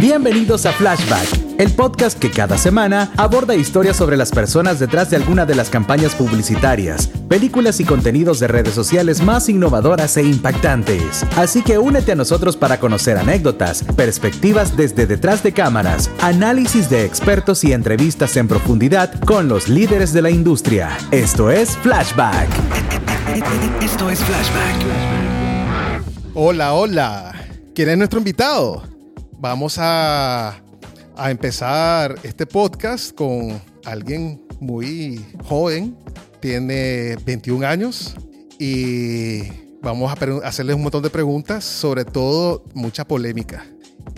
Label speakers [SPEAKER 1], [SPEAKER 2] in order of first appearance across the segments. [SPEAKER 1] Bienvenidos a Flashback, el podcast que cada semana aborda historias sobre las personas detrás de alguna de las campañas publicitarias, películas y contenidos de redes sociales más innovadoras e impactantes. Así que únete a nosotros para conocer anécdotas, perspectivas desde detrás de cámaras, análisis de expertos y entrevistas en profundidad con los líderes de la industria. Esto es Flashback.
[SPEAKER 2] Esto es Flashback.
[SPEAKER 3] Hola, hola. ¿Quién es nuestro invitado? Vamos a, a empezar este podcast con alguien muy joven, tiene 21 años y vamos a pre- hacerles un montón de preguntas, sobre todo mucha polémica.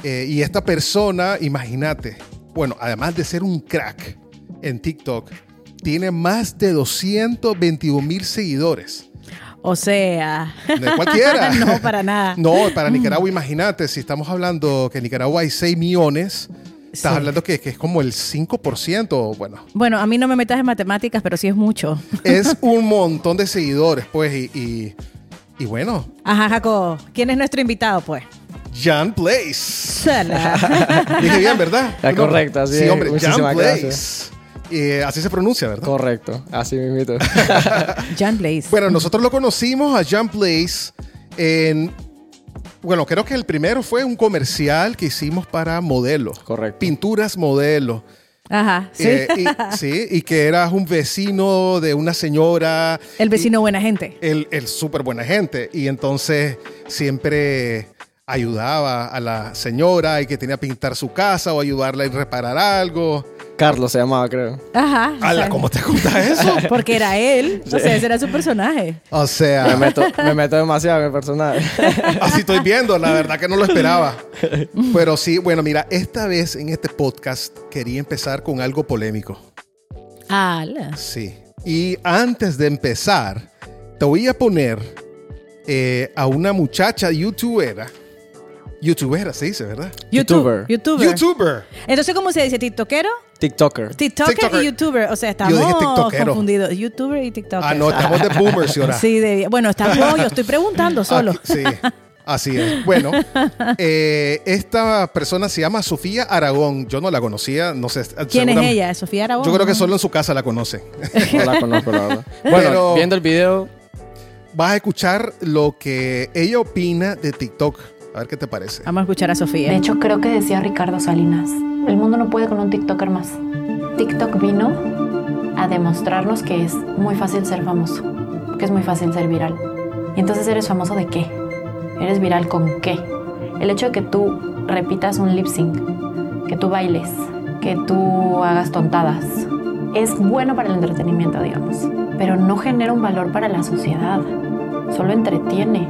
[SPEAKER 3] Eh, y esta persona, imagínate, bueno, además de ser un crack en TikTok, tiene más de 221 mil seguidores.
[SPEAKER 4] O sea.
[SPEAKER 3] De cualquiera.
[SPEAKER 4] no, para nada.
[SPEAKER 3] No, para Nicaragua, imagínate, si estamos hablando que en Nicaragua hay 6 millones, estás
[SPEAKER 4] Sí.
[SPEAKER 3] hablando que, que es como el 5%, bueno.
[SPEAKER 4] Bueno, a mí no me metas en matemáticas, pero sí es mucho.
[SPEAKER 3] Es un montón de seguidores, pues, y, y, y bueno,
[SPEAKER 4] Ajá, Jacob. ¿Quién es nuestro invitado, pues?
[SPEAKER 3] Jan Place.
[SPEAKER 4] Sala.
[SPEAKER 3] Dije bien, ¿verdad?
[SPEAKER 5] Está correcto, así
[SPEAKER 3] sí.
[SPEAKER 5] es.
[SPEAKER 3] hombre, Jan
[SPEAKER 5] Muchísimas
[SPEAKER 3] Place.
[SPEAKER 5] gracias.
[SPEAKER 3] Eh, así se pronuncia, ¿verdad?
[SPEAKER 5] Correcto, así mismito.
[SPEAKER 4] Jan Blaze.
[SPEAKER 3] Bueno, nosotros lo conocimos a Jan Place en. Bueno, creo que el primero fue un comercial que hicimos para Modelo.
[SPEAKER 5] Correcto.
[SPEAKER 3] Pinturas Modelo.
[SPEAKER 4] Ajá, sí.
[SPEAKER 3] Eh, y, sí, y que eras un vecino de una señora.
[SPEAKER 4] El vecino buena gente.
[SPEAKER 3] El, el súper buena gente. Y entonces siempre ayudaba a la señora y que tenía que pintar su casa o ayudarla a reparar algo.
[SPEAKER 5] Carlos se llamaba, creo.
[SPEAKER 4] Ajá. o
[SPEAKER 3] Ala,
[SPEAKER 4] sea,
[SPEAKER 3] ¿cómo te cuenta eso?
[SPEAKER 4] Porque era él. O sea, ese era su personaje.
[SPEAKER 3] O
[SPEAKER 5] Me
[SPEAKER 3] sea,
[SPEAKER 5] meto, me meto demasiado en el personaje.
[SPEAKER 3] así estoy viendo, la verdad que no lo esperaba. Pero sí, bueno, mira, esta vez en este podcast quería empezar con algo polémico.
[SPEAKER 4] Ala.
[SPEAKER 3] Sí. Y antes de empezar, te voy a poner eh, a una muchacha youtubera. Youtubera, se dice, ¿verdad?
[SPEAKER 5] Youtuber.
[SPEAKER 4] YouTube- YouTuber.
[SPEAKER 3] Youtuber.
[SPEAKER 4] Entonces, ¿cómo se dice? ¿TikTokero?
[SPEAKER 5] TikToker.
[SPEAKER 4] TikToker,
[SPEAKER 3] TikToker.
[SPEAKER 4] y YouTuber. O sea, estamos
[SPEAKER 3] Yo dije tiktokero.
[SPEAKER 4] confundidos. YouTuber y TikToker.
[SPEAKER 3] Ah, no, estamos de boomers, señora.
[SPEAKER 4] Sí, de- bueno, estamos. Yo estoy preguntando solo.
[SPEAKER 3] Aquí- sí, así es. Bueno, eh, esta persona se llama Sofía Aragón. Yo no la conocía, no sé.
[SPEAKER 4] ¿Quién es
[SPEAKER 3] segura-
[SPEAKER 4] ella? ¿Sofía Aragón?
[SPEAKER 3] Yo creo que solo en su casa la conocen.
[SPEAKER 5] No la conozco, la verdad. Bueno,
[SPEAKER 3] Pero-
[SPEAKER 5] viendo el video,
[SPEAKER 3] Vas a escuchar lo que ella opina de TikTok. A ver qué te parece.
[SPEAKER 4] Vamos a escuchar a Sofía.
[SPEAKER 6] De hecho, creo que decía Ricardo Salinas, el mundo no puede con un TikToker más. TikTok vino a demostrarnos que es muy fácil ser famoso, que es muy fácil ser viral. Y entonces eres famoso de qué? ¿Eres viral con qué? El hecho de que tú repitas un lip sync, que tú bailes, que tú hagas tontadas, es bueno para el entretenimiento, digamos, pero no genera un valor para la sociedad solo entretiene.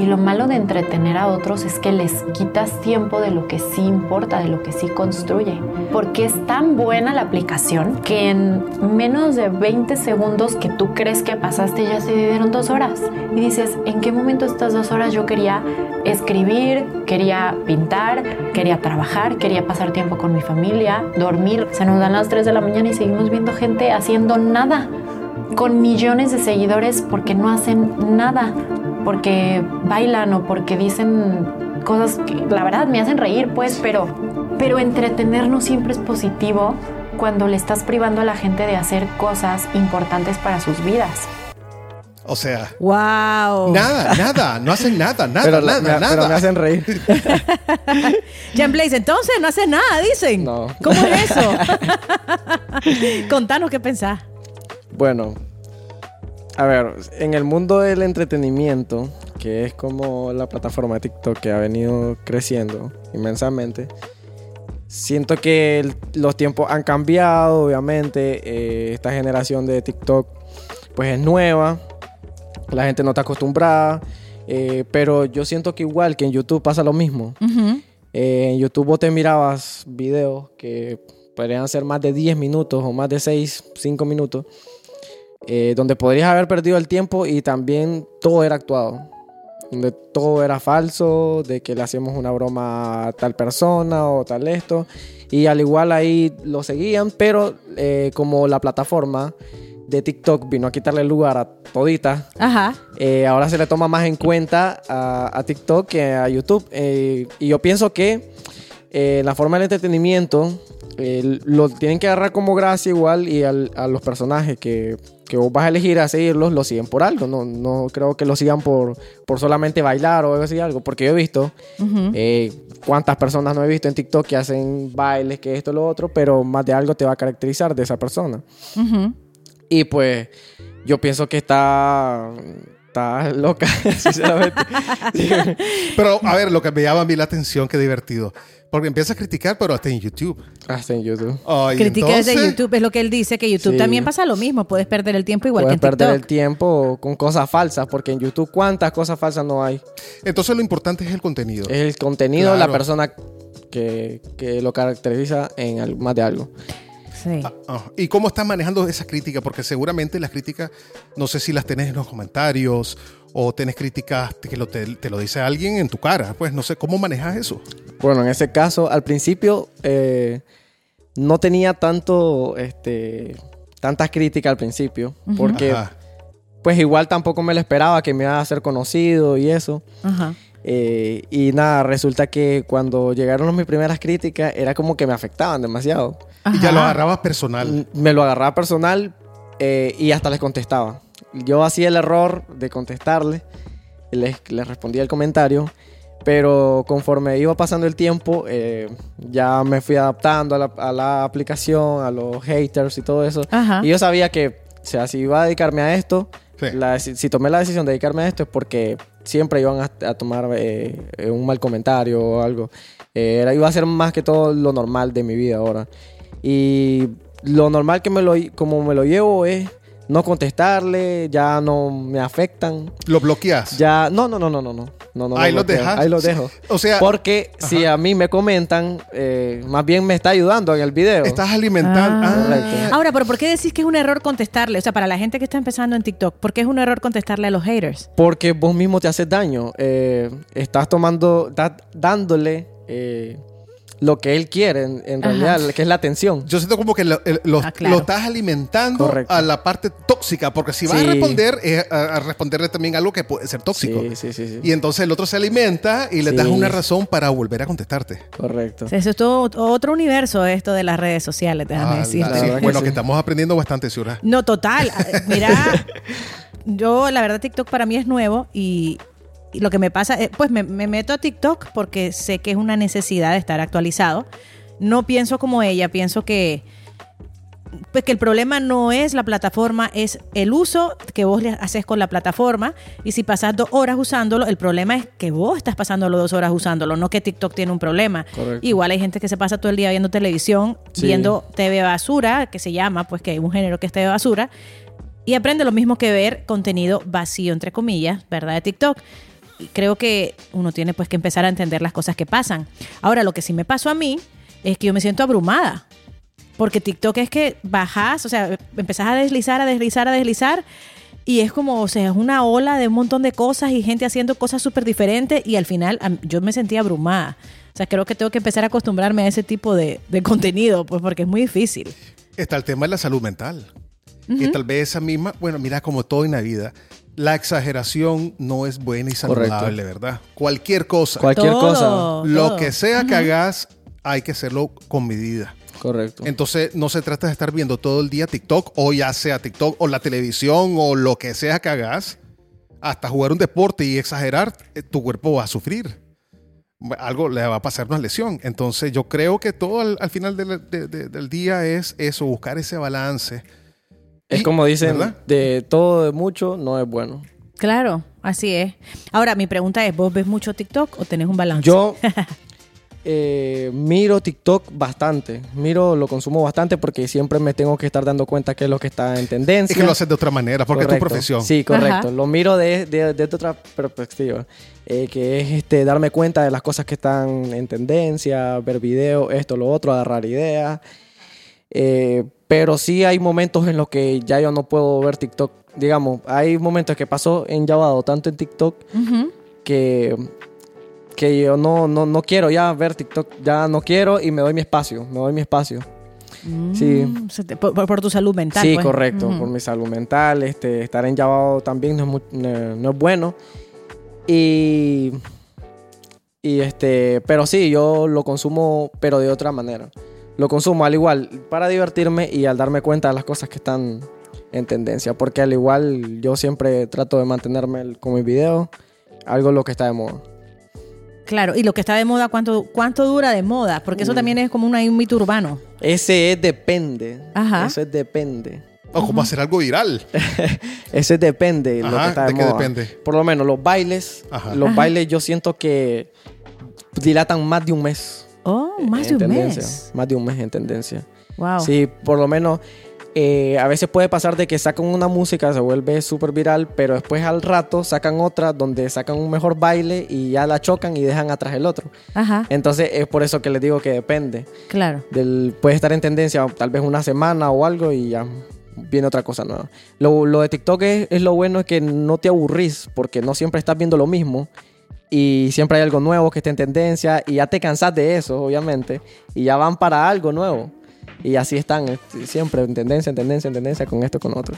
[SPEAKER 6] Y lo malo de entretener a otros es que les quitas tiempo de lo que sí importa, de lo que sí construye. Porque es tan buena la aplicación que en menos de 20 segundos que tú crees que pasaste ya se vivieron dos horas. Y dices, ¿en qué momento estas dos horas yo quería escribir, quería pintar, quería trabajar, quería pasar tiempo con mi familia, dormir? Se nos dan las 3 de la mañana y seguimos viendo gente haciendo nada con millones de seguidores porque no hacen nada, porque bailan o porque dicen cosas que la verdad me hacen reír, pues, pero, pero entretenernos siempre es positivo cuando le estás privando a la gente de hacer cosas importantes para sus vidas.
[SPEAKER 3] O sea,
[SPEAKER 4] Wow.
[SPEAKER 3] nada, nada. No hacen nada, nada,
[SPEAKER 5] pero, la-
[SPEAKER 3] nada,
[SPEAKER 5] me,
[SPEAKER 3] nada.
[SPEAKER 5] pero me hacen reír.
[SPEAKER 4] Jan Blaze, entonces no hace nada, dicen.
[SPEAKER 5] No.
[SPEAKER 4] ¿Cómo es eso? Contanos qué pensás.
[SPEAKER 5] Bueno, a ver, en el mundo del entretenimiento, que es como la plataforma de TikTok que ha venido creciendo inmensamente, siento que el- los tiempos han cambiado, obviamente. eh, esta generación de TikTok, pues es nueva. La gente no está acostumbrada. eh, pero yo siento que igual que en YouTube pasa lo mismo. Eh, en YouTube vos te mirabas videos que podrían ser más de 10 minutos o más de 6, 5 minutos, eh, donde podrías haber perdido el tiempo y también todo era actuado. Donde todo era falso, de que le hacíamos una broma a tal persona o tal esto. Y al igual ahí lo seguían, pero eh, como la plataforma de TikTok vino a quitarle lugar a toditas,
[SPEAKER 4] Ajá.
[SPEAKER 5] eh, ahora se le toma más en cuenta a, a TikTok que a YouTube. eh, y yo pienso que eh, la forma del entretenimiento eh, lo tienen que agarrar como gracia igual y al- a los personajes que, que vos vas a elegir a seguirlos lo siguen por algo. No, no creo que lo sigan por, por solamente bailar o algo así, algo. Porque yo he visto
[SPEAKER 4] Ujú.
[SPEAKER 5] eh, cuántas personas no he visto en TikTok que hacen bailes, que esto, lo otro, pero más de algo te va a caracterizar de esa persona.
[SPEAKER 4] Ujú.
[SPEAKER 5] Y pues yo pienso que está, está loca, sinceramente.
[SPEAKER 3] Pero, a ver, lo que me llama a mí la atención, qué divertido. Porque empieza a criticar, pero hasta en YouTube.
[SPEAKER 5] Hasta en YouTube.
[SPEAKER 3] Ay,
[SPEAKER 4] Crítica desde
[SPEAKER 3] entonces,
[SPEAKER 4] YouTube, es lo que él dice, que YouTube
[SPEAKER 5] Sí.
[SPEAKER 4] también pasa lo mismo, puedes perder el tiempo igual que en
[SPEAKER 5] Puedes perder el
[SPEAKER 4] TikTok.
[SPEAKER 5] tiempo con cosas falsas, porque en YouTube cuántas cosas falsas no hay.
[SPEAKER 3] Entonces lo importante es el contenido.
[SPEAKER 5] Es el contenido,
[SPEAKER 3] Claro.
[SPEAKER 5] la persona que, que lo caracteriza en al- más de algo.
[SPEAKER 4] Sí.
[SPEAKER 3] Ah, ah. ¿Y cómo estás manejando esas críticas? Porque seguramente las críticas, no sé si las tenés en los comentarios o tenés críticas que lo- te, te lo dice alguien en tu cara. Pues no sé, ¿cómo manejas eso?
[SPEAKER 5] Bueno, en ese caso, al principio eh, no tenía tanto, este, tantas críticas al principio, porque
[SPEAKER 3] Ajá.
[SPEAKER 5] pues igual tampoco me lo esperaba que me iba a hacer conocido y eso.
[SPEAKER 4] Ajá.
[SPEAKER 5] Eh, y nada, resulta que cuando llegaron mis primeras críticas, era como que me afectaban demasiado.
[SPEAKER 3] Y ya lo
[SPEAKER 4] Ajá.
[SPEAKER 3] agarrabas personal.
[SPEAKER 5] Me lo agarraba personal eh, y hasta les contestaba. Yo hacía el error de contestarle, les, les respondía el comentario, pero conforme iba pasando el tiempo, eh, ya me fui adaptando a la, a la aplicación, a los haters y todo eso.
[SPEAKER 4] Ajá.
[SPEAKER 5] Y yo sabía que, o sea, si iba a dedicarme a esto,
[SPEAKER 3] Sí.
[SPEAKER 5] la deci- si tomé la decisión de dedicarme a esto es porque siempre iban a, a tomar eh, eh, un mal comentario o algo. Eh, era, iba a ser más que todo lo normal de mi vida ahora. Y lo normal que me lo, como me lo llevo es no contestarle, ya no me afectan.
[SPEAKER 3] Lo bloqueas.
[SPEAKER 5] Ya, no, no, no, no, no, no. no, no
[SPEAKER 3] Ahí
[SPEAKER 5] lo
[SPEAKER 3] lo
[SPEAKER 5] bloqueo,
[SPEAKER 3] dejas.
[SPEAKER 5] Ahí lo dejo.
[SPEAKER 3] O sea,
[SPEAKER 5] Porque si a mí me comentan, eh, más bien me está ayudando en el video.
[SPEAKER 3] estás alimentando.
[SPEAKER 4] Ah.
[SPEAKER 3] Ah,
[SPEAKER 5] Correcto.
[SPEAKER 4] Ahora, pero ¿por qué decís que es un error contestarle? O sea, para la gente que está empezando en TikTok, ¿por qué es un error contestarle a los haters?
[SPEAKER 5] Porque vos mismo te haces daño. Eh, estás tomando, estás dándole eh, lo que él quiere, en, en
[SPEAKER 6] Ajá.
[SPEAKER 5] realidad, que es la atención.
[SPEAKER 3] Yo siento como que lo, el- lo-
[SPEAKER 4] Ah, claro.
[SPEAKER 3] lo estás alimentando
[SPEAKER 5] Correcto.
[SPEAKER 3] a la parte tóxica, porque si vas
[SPEAKER 5] Sí.
[SPEAKER 3] a responder, es a, a responderle también algo que puede ser tóxico.
[SPEAKER 5] Sí, sí, sí, sí.
[SPEAKER 3] Y entonces el otro se alimenta y le das
[SPEAKER 5] Sí.
[SPEAKER 3] una razón para volver a contestarte.
[SPEAKER 5] Correcto.
[SPEAKER 4] Eso es todo otro universo esto de las redes sociales, déjame
[SPEAKER 3] Ah,
[SPEAKER 4] decirte.
[SPEAKER 3] la-
[SPEAKER 5] La verdad que
[SPEAKER 3] Bueno,
[SPEAKER 5] sí.
[SPEAKER 3] que estamos aprendiendo bastante, Ciudad.
[SPEAKER 4] No, total. Eh, Mira, yo la verdad TikTok para mí es nuevo y, y lo que me pasa, es, pues me, me meto a TikTok porque sé que es una necesidad de estar actualizado. No pienso como ella, pienso que pues que el problema no es la plataforma, es el uso que vos le haces con la plataforma. Y si pasas dos horas usándolo, el problema es que vos estás pasando las dos horas usándolo, no que TikTok tiene un problema.
[SPEAKER 5] Correcto.
[SPEAKER 4] Igual hay gente que se pasa todo el día viendo televisión,
[SPEAKER 5] Sí.
[SPEAKER 4] viendo TV basura, que se llama, pues que hay un género que es TV basura, y aprende lo mismo que ver contenido vacío, entre comillas, ¿verdad? De TikTok. Y creo que uno tiene pues que empezar a entender las cosas que pasan. Ahora, lo que sí me pasó a mí es que yo me siento abrumada. Porque TikTok es que bajas, o sea, empezás a deslizar, a deslizar, a deslizar. Y es como, o sea, es una ola de un montón de cosas y gente haciendo cosas súper diferentes. Y al final am- yo me sentía abrumada. O sea, creo que tengo que empezar a acostumbrarme a ese tipo de, de contenido, pues porque es muy difícil.
[SPEAKER 3] Está el tema de la salud mental. Y tal vez esa misma, bueno, mira, como todo en la vida, la exageración no es buena y
[SPEAKER 5] Correcto.
[SPEAKER 3] saludable, ¿verdad? Cualquier cosa,
[SPEAKER 5] Cual- Cualquier
[SPEAKER 4] Todo,
[SPEAKER 5] cosa.
[SPEAKER 3] lo
[SPEAKER 4] Oh, todo.
[SPEAKER 3] que sea que hagas, hay que hacerlo con medida.
[SPEAKER 5] Correcto.
[SPEAKER 3] Entonces, no se trata de estar viendo todo el día TikTok, o ya sea TikTok, o la televisión, o lo que sea que hagas. Hasta jugar un deporte y exagerar, eh, tu cuerpo va a sufrir. Algo le va a pasar una lesión. Entonces, yo creo que todo al, al final de la- de- de- del día es eso, buscar ese balance. Y-
[SPEAKER 5] es como dicen,
[SPEAKER 3] ¿verdad?
[SPEAKER 5] de todo de mucho no es bueno.
[SPEAKER 4] Claro, así es. Ahora, mi pregunta es, ¿vos ves mucho TikTok o tenés un balance?
[SPEAKER 5] Yo eh, miro TikTok bastante. Miro, lo consumo bastante porque siempre me tengo que estar dando cuenta qué es lo que está en tendencia.
[SPEAKER 3] Es que lo haces de otra manera, porque es tu
[SPEAKER 5] Correcto.
[SPEAKER 3] profesión.
[SPEAKER 5] Sí, correcto.
[SPEAKER 4] Ajá.
[SPEAKER 5] Lo miro desde de, desde otra perspectiva, eh, que es este, darme cuenta de las cosas que están en tendencia, ver videos, esto, lo otro, agarrar ideas. Eh, pero sí hay momentos en los que ya yo no puedo ver TikTok. Digamos, hay momentos que pasó en Llavado, tanto en TikTok,
[SPEAKER 4] Ujú.
[SPEAKER 5] que, que yo no, no, no quiero ya ver TikTok. Ya no quiero y me doy mi espacio, me doy mi espacio. Sí.
[SPEAKER 4] Mm, se te- por, por- por tu salud mental.
[SPEAKER 5] Sí,
[SPEAKER 4] pues.
[SPEAKER 5] correcto,
[SPEAKER 4] Ujú.
[SPEAKER 5] por mi salud mental, este, estar enllavado también no es, mu- no- no es bueno. Y Y este, pero sí, yo lo consumo, pero de otra manera. Lo consumo al igual para divertirme y al darme cuenta de las cosas que están en tendencia. Porque al igual yo siempre trato de mantenerme el- con mis videos, algo lo que está de moda.
[SPEAKER 4] Claro, y lo que está de moda, ¿cuánto, cuánto dura de moda? Porque
[SPEAKER 5] Mm.
[SPEAKER 4] eso también es como una- un mito urbano.
[SPEAKER 5] Ese es depende.
[SPEAKER 4] Ajá.
[SPEAKER 5] Eso es depende.
[SPEAKER 3] O como hacer algo viral.
[SPEAKER 5] Ese depende. lo
[SPEAKER 3] Ajá,
[SPEAKER 5] que está de
[SPEAKER 3] ¿de qué
[SPEAKER 5] moda.
[SPEAKER 3] depende?
[SPEAKER 5] Por lo menos los bailes.
[SPEAKER 3] Ajá.
[SPEAKER 5] Los
[SPEAKER 4] Ajá.
[SPEAKER 5] bailes yo siento que dilatan más de un mes.
[SPEAKER 4] Oh, más de
[SPEAKER 5] Eh, en
[SPEAKER 4] un
[SPEAKER 5] tendencia.
[SPEAKER 4] mes.
[SPEAKER 5] Más de un mes en tendencia.
[SPEAKER 4] Wow.
[SPEAKER 5] Sí, por lo menos eh, a veces puede pasar de que sacan una música, se vuelve súper viral, pero después al rato sacan otra donde sacan un mejor baile y ya la chocan y dejan atrás el otro.
[SPEAKER 4] Ajá,
[SPEAKER 5] Entonces es por eso que les digo que depende.
[SPEAKER 4] claro.
[SPEAKER 5] Del, puede estar en tendencia tal vez una semana o algo y ya viene otra cosa nueva. Lo, lo de TikTok es, es lo bueno es que no te aburrís porque no siempre estás viendo lo mismo y siempre hay algo nuevo que esté en tendencia y ya te cansás de eso, obviamente, y ya van para algo nuevo. Y así están eh, siempre en tendencia, en tendencia, en tendencia con esto, con otro.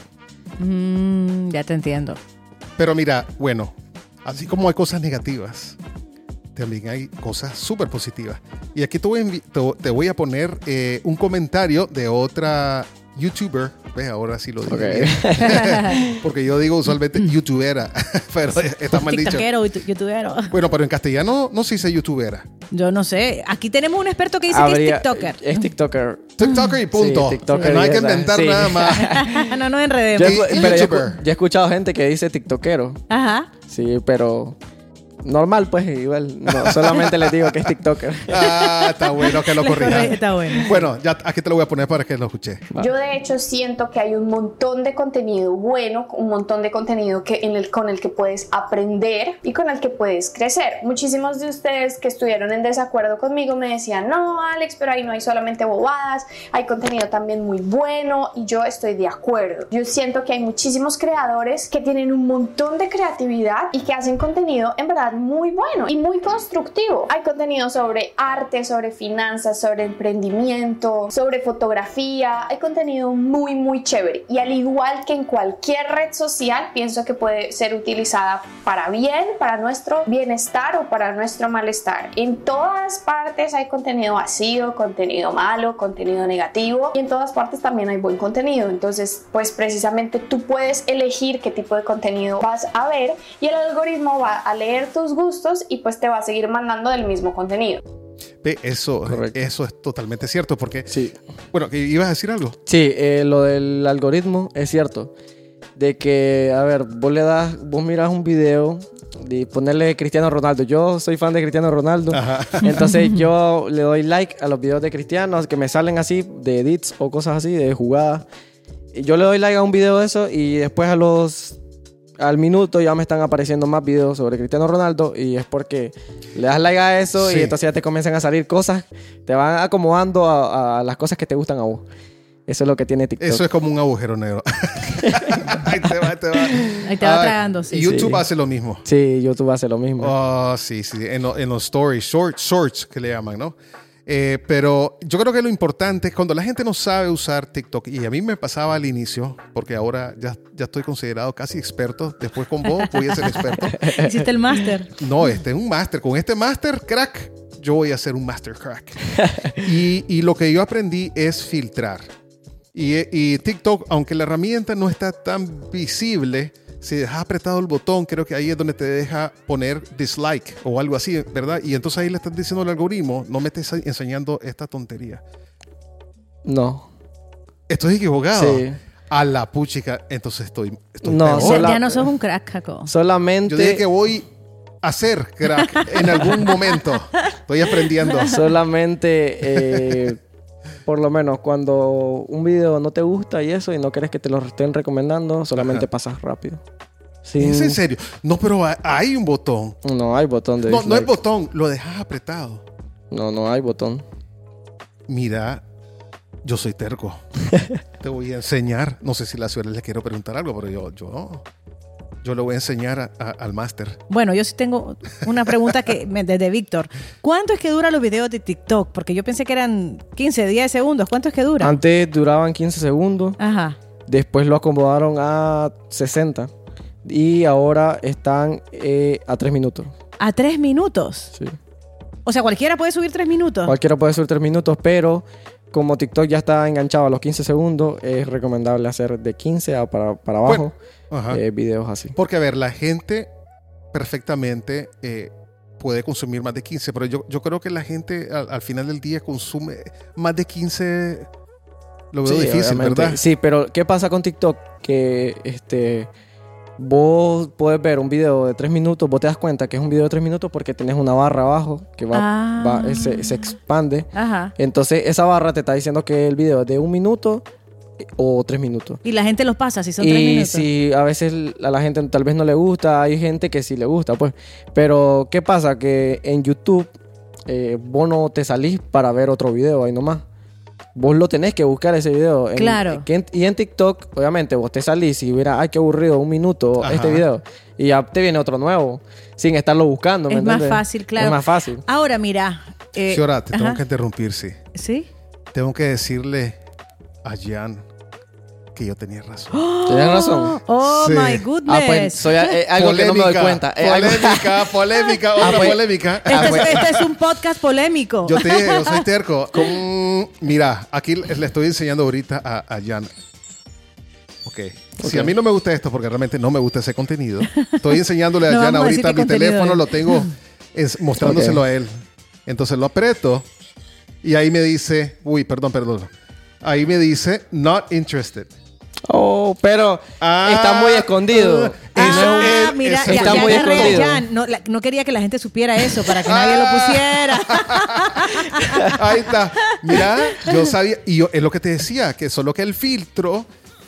[SPEAKER 4] Mm, ya te entiendo.
[SPEAKER 3] Pero mira, bueno, así como hay cosas negativas, también hay cosas súper positivas. Y aquí te voy a, envi- te- te voy a poner eh, un comentario de otra youtuber. Ves, ahora sí lo digo.
[SPEAKER 5] Ok.
[SPEAKER 3] bien. Porque yo digo usualmente youtubera, pero está mal dicho.
[SPEAKER 4] TikTokero y tu- youtubero.
[SPEAKER 3] Bueno, pero en castellano no se dice youtubera.
[SPEAKER 4] Yo no sé. Aquí tenemos un experto que dice que
[SPEAKER 5] Habría-
[SPEAKER 4] es TikToker.
[SPEAKER 5] Es TikToker.
[SPEAKER 3] TikToker y punto.
[SPEAKER 5] Sí, TikToker
[SPEAKER 3] no hay
[SPEAKER 5] y
[SPEAKER 3] que
[SPEAKER 5] esa,
[SPEAKER 3] inventar
[SPEAKER 5] sí.
[SPEAKER 3] nada más.
[SPEAKER 4] no nos
[SPEAKER 5] Yo,
[SPEAKER 4] enredemos.
[SPEAKER 5] he-
[SPEAKER 3] Y- y
[SPEAKER 5] pero yo he-
[SPEAKER 3] YouTuber.
[SPEAKER 5] yo he escuchado gente que dice TikTokero.
[SPEAKER 4] Ajá.
[SPEAKER 5] Sí, pero normal, pues igual. No, solamente les digo que es TikToker.
[SPEAKER 3] Ah, está bueno que lo
[SPEAKER 4] Les corre-
[SPEAKER 3] corrijas.
[SPEAKER 4] Está bueno.
[SPEAKER 3] Bueno, ya aquí te lo voy a poner para que lo escuche.
[SPEAKER 5] Va.
[SPEAKER 7] Yo de hecho siento que hay un montón de contenido bueno, un montón de contenido que, en el, con el que puedes aprender y con el que puedes crecer. Muchísimos de ustedes que estuvieron en desacuerdo conmigo me decían, no, Alex, pero ahí no hay solamente bobadas, hay contenido también muy bueno y yo estoy de acuerdo. Yo siento que hay muchísimos creadores que tienen un montón de creatividad y que hacen contenido en verdad muy bueno y muy constructivo. Hay contenido sobre arte, sobre finanzas, sobre emprendimiento, sobre fotografía. Hay contenido muy, muy chévere. Y al igual que en cualquier red social, pienso que puede ser utilizada para bien, para nuestro bienestar o para nuestro malestar. En todas partes hay contenido vacío, contenido malo, contenido negativo. Y en todas partes también hay buen contenido. Entonces, pues precisamente tú puedes elegir qué tipo de contenido vas a ver y el algoritmo va a leer tus gustos y pues te va a seguir mandando del mismo contenido.
[SPEAKER 3] Ve, Eso,
[SPEAKER 5] Correcto.
[SPEAKER 3] eso es totalmente cierto porque,
[SPEAKER 5] Sí,
[SPEAKER 3] bueno, que ibas a decir algo.
[SPEAKER 5] sí eh, lo del algoritmo es cierto. De que, a ver, vos le das, vos miras un video de ponerle Cristiano Ronaldo. Yo soy fan de Cristiano Ronaldo. Entonces yo le doy like a los videos de Cristiano que me salen así de edits o cosas así, de jugadas. Y Yo le doy like a un video de eso y después a los al minuto ya me están apareciendo más videos sobre Cristiano Ronaldo y es porque le das like a eso
[SPEAKER 3] Sí.
[SPEAKER 5] y entonces ya te comienzan a salir cosas, te van acomodando a, a las cosas que te gustan a vos. Eso es lo que tiene TikTok.
[SPEAKER 3] Eso es como un agujero negro. Ahí te va, ahí te va.
[SPEAKER 4] Ahí te va
[SPEAKER 3] Ah,
[SPEAKER 4] tragando, sí.
[SPEAKER 3] YouTube
[SPEAKER 5] Sí.
[SPEAKER 3] hace lo mismo.
[SPEAKER 5] Sí, YouTube hace lo mismo.
[SPEAKER 3] Ah, sí, sí. En, lo- en los stories, shorts, shorts que le llaman, ¿no? Eh, pero yo creo que lo importante es cuando la gente no sabe usar TikTok, y a mí me pasaba al inicio, porque ahora ya, ya estoy considerado casi experto, después con vos voy a ser experto.
[SPEAKER 4] Hiciste el máster.
[SPEAKER 3] No, este es un máster. Con este máster, crack, yo voy a hacer un máster crack. y, y lo que yo aprendí es filtrar. Y, y TikTok, aunque la herramienta no está tan visible, si dejas apretado el botón, creo que ahí es donde te deja poner dislike o algo así, ¿verdad? Y entonces ahí le estás diciendo al algoritmo, no me estés enseñando esta tontería.
[SPEAKER 5] No.
[SPEAKER 3] Esto es equivocado.
[SPEAKER 5] Sí.
[SPEAKER 3] A la puchica, entonces estoy, estoy
[SPEAKER 5] No,
[SPEAKER 3] peor.
[SPEAKER 4] Ya,
[SPEAKER 5] Hola.
[SPEAKER 4] ya no sos un crack, Jaco.
[SPEAKER 5] Solamente
[SPEAKER 3] Yo dije que voy a hacer crack en algún momento. Estoy aprendiendo.
[SPEAKER 5] Solamente, eh, por lo menos, cuando un video no te gusta y eso, y no quieres que te lo estén recomendando, solamente
[SPEAKER 3] Ajá.
[SPEAKER 5] pasas rápido. Sin-
[SPEAKER 3] ¿Es en serio? No, pero ha- hay un botón.
[SPEAKER 5] No hay botón de.
[SPEAKER 3] No, no hay
[SPEAKER 5] dislike.
[SPEAKER 3] botón, lo dejas apretado.
[SPEAKER 5] No, no hay botón.
[SPEAKER 3] Mira, yo soy terco. Te voy a enseñar. No sé si la señora le quiero preguntar algo, pero yo, yo, yo le voy a enseñar a- a- al máster.
[SPEAKER 4] Bueno, yo sí tengo una pregunta que me- desde Víctor. ¿Cuánto es que duran los videos de TikTok? Porque yo pensé que eran 15, 10 segundos. ¿Cuánto es que dura?
[SPEAKER 5] Antes duraban 15 segundos,
[SPEAKER 4] Ajá.
[SPEAKER 5] después lo acomodaron a 60. Y ahora están eh, a 3 minutos.
[SPEAKER 4] A tres minutos.
[SPEAKER 5] Sí.
[SPEAKER 4] O sea, cualquiera puede subir tres minutos.
[SPEAKER 5] Cualquiera puede subir 3 minutos, pero como TikTok ya está enganchado a los 15 segundos, es recomendable hacer de 15 a para, para abajo
[SPEAKER 3] Ajá.
[SPEAKER 5] eh, videos así.
[SPEAKER 3] Porque, a ver, la gente perfectamente eh, puede consumir más de 15, pero yo, yo creo que la gente al, al final del día consume más de 15. Lo veo
[SPEAKER 5] Sí,
[SPEAKER 3] difícil,
[SPEAKER 5] obviamente.
[SPEAKER 3] ¿verdad?
[SPEAKER 5] Sí, pero ¿qué pasa con TikTok? Que este vos puedes ver un video de tres minutos, vos te das cuenta que es un video de tres minutos porque tenés una barra abajo que va,
[SPEAKER 4] Ah.
[SPEAKER 5] va- eh, se, se expande.
[SPEAKER 4] Ajá.
[SPEAKER 5] Entonces esa barra te está diciendo que el video es de un minuto eh, o tres minutos.
[SPEAKER 4] Y la gente los pasa si son tres
[SPEAKER 5] Y
[SPEAKER 4] minutos.
[SPEAKER 5] si a veces a la gente tal vez no le gusta, hay gente que sí le gusta, pues. Pero ¿qué pasa? Que en YouTube eh, vos no te salís para ver otro video ahí nomás. Vos lo tenés que buscar ese video. En-
[SPEAKER 4] Claro.
[SPEAKER 5] que en- y en TikTok, obviamente, vos te salís y verás, ay, qué aburrido, un minuto
[SPEAKER 3] Ajá.
[SPEAKER 5] este video. Y ya te viene otro nuevo, sin estarlo buscando. ¿me
[SPEAKER 4] es más
[SPEAKER 5] entendés?
[SPEAKER 4] fácil, claro.
[SPEAKER 5] Es más fácil.
[SPEAKER 4] Ahora, mira. eh,
[SPEAKER 3] Señora, te tengo
[SPEAKER 4] ajá.
[SPEAKER 3] que interrumpir, sí.
[SPEAKER 4] ¿Sí?
[SPEAKER 3] Tengo que decirle a Jan que yo tenía razón.
[SPEAKER 5] Tienes razón.
[SPEAKER 4] Oh,
[SPEAKER 3] Sí.
[SPEAKER 4] my goodness.
[SPEAKER 5] Ah, pues, soy eh, algo que no me doy cuenta. Eh, algo-
[SPEAKER 3] Polémica, polémica, otra
[SPEAKER 5] pues.
[SPEAKER 3] polémica.
[SPEAKER 4] este,
[SPEAKER 5] Ah, pues.
[SPEAKER 4] es, este es un podcast polémico.
[SPEAKER 3] Yo te dije, yo soy terco. Mm, mira, aquí le le estoy enseñando ahorita a, a Jan. Ok. Si a mí no me gusta esto, porque realmente no me gusta ese contenido, estoy enseñándole a
[SPEAKER 4] No,
[SPEAKER 3] Jan
[SPEAKER 4] vamos a decir
[SPEAKER 3] ahorita mi
[SPEAKER 4] qué contenido
[SPEAKER 3] teléfono,
[SPEAKER 4] es.
[SPEAKER 3] lo tengo es- mostrándoselo a él. Entonces lo aprieto y ahí me dice, uy, perdón, perdón. Ahí me dice, not interested.
[SPEAKER 5] Oh, pero
[SPEAKER 3] Ah.
[SPEAKER 5] está muy escondido.
[SPEAKER 4] Ah,
[SPEAKER 3] Eso es-
[SPEAKER 4] mira,
[SPEAKER 3] eso
[SPEAKER 4] ya,
[SPEAKER 5] está
[SPEAKER 4] ya
[SPEAKER 5] muy
[SPEAKER 4] agarré,
[SPEAKER 5] escondido.
[SPEAKER 4] ya. no, la- no quería que la gente supiera eso para que nadie lo pusiera.
[SPEAKER 3] Ahí está. Mira, yo sabía, y yo, es lo que te decía, que solo que el filtro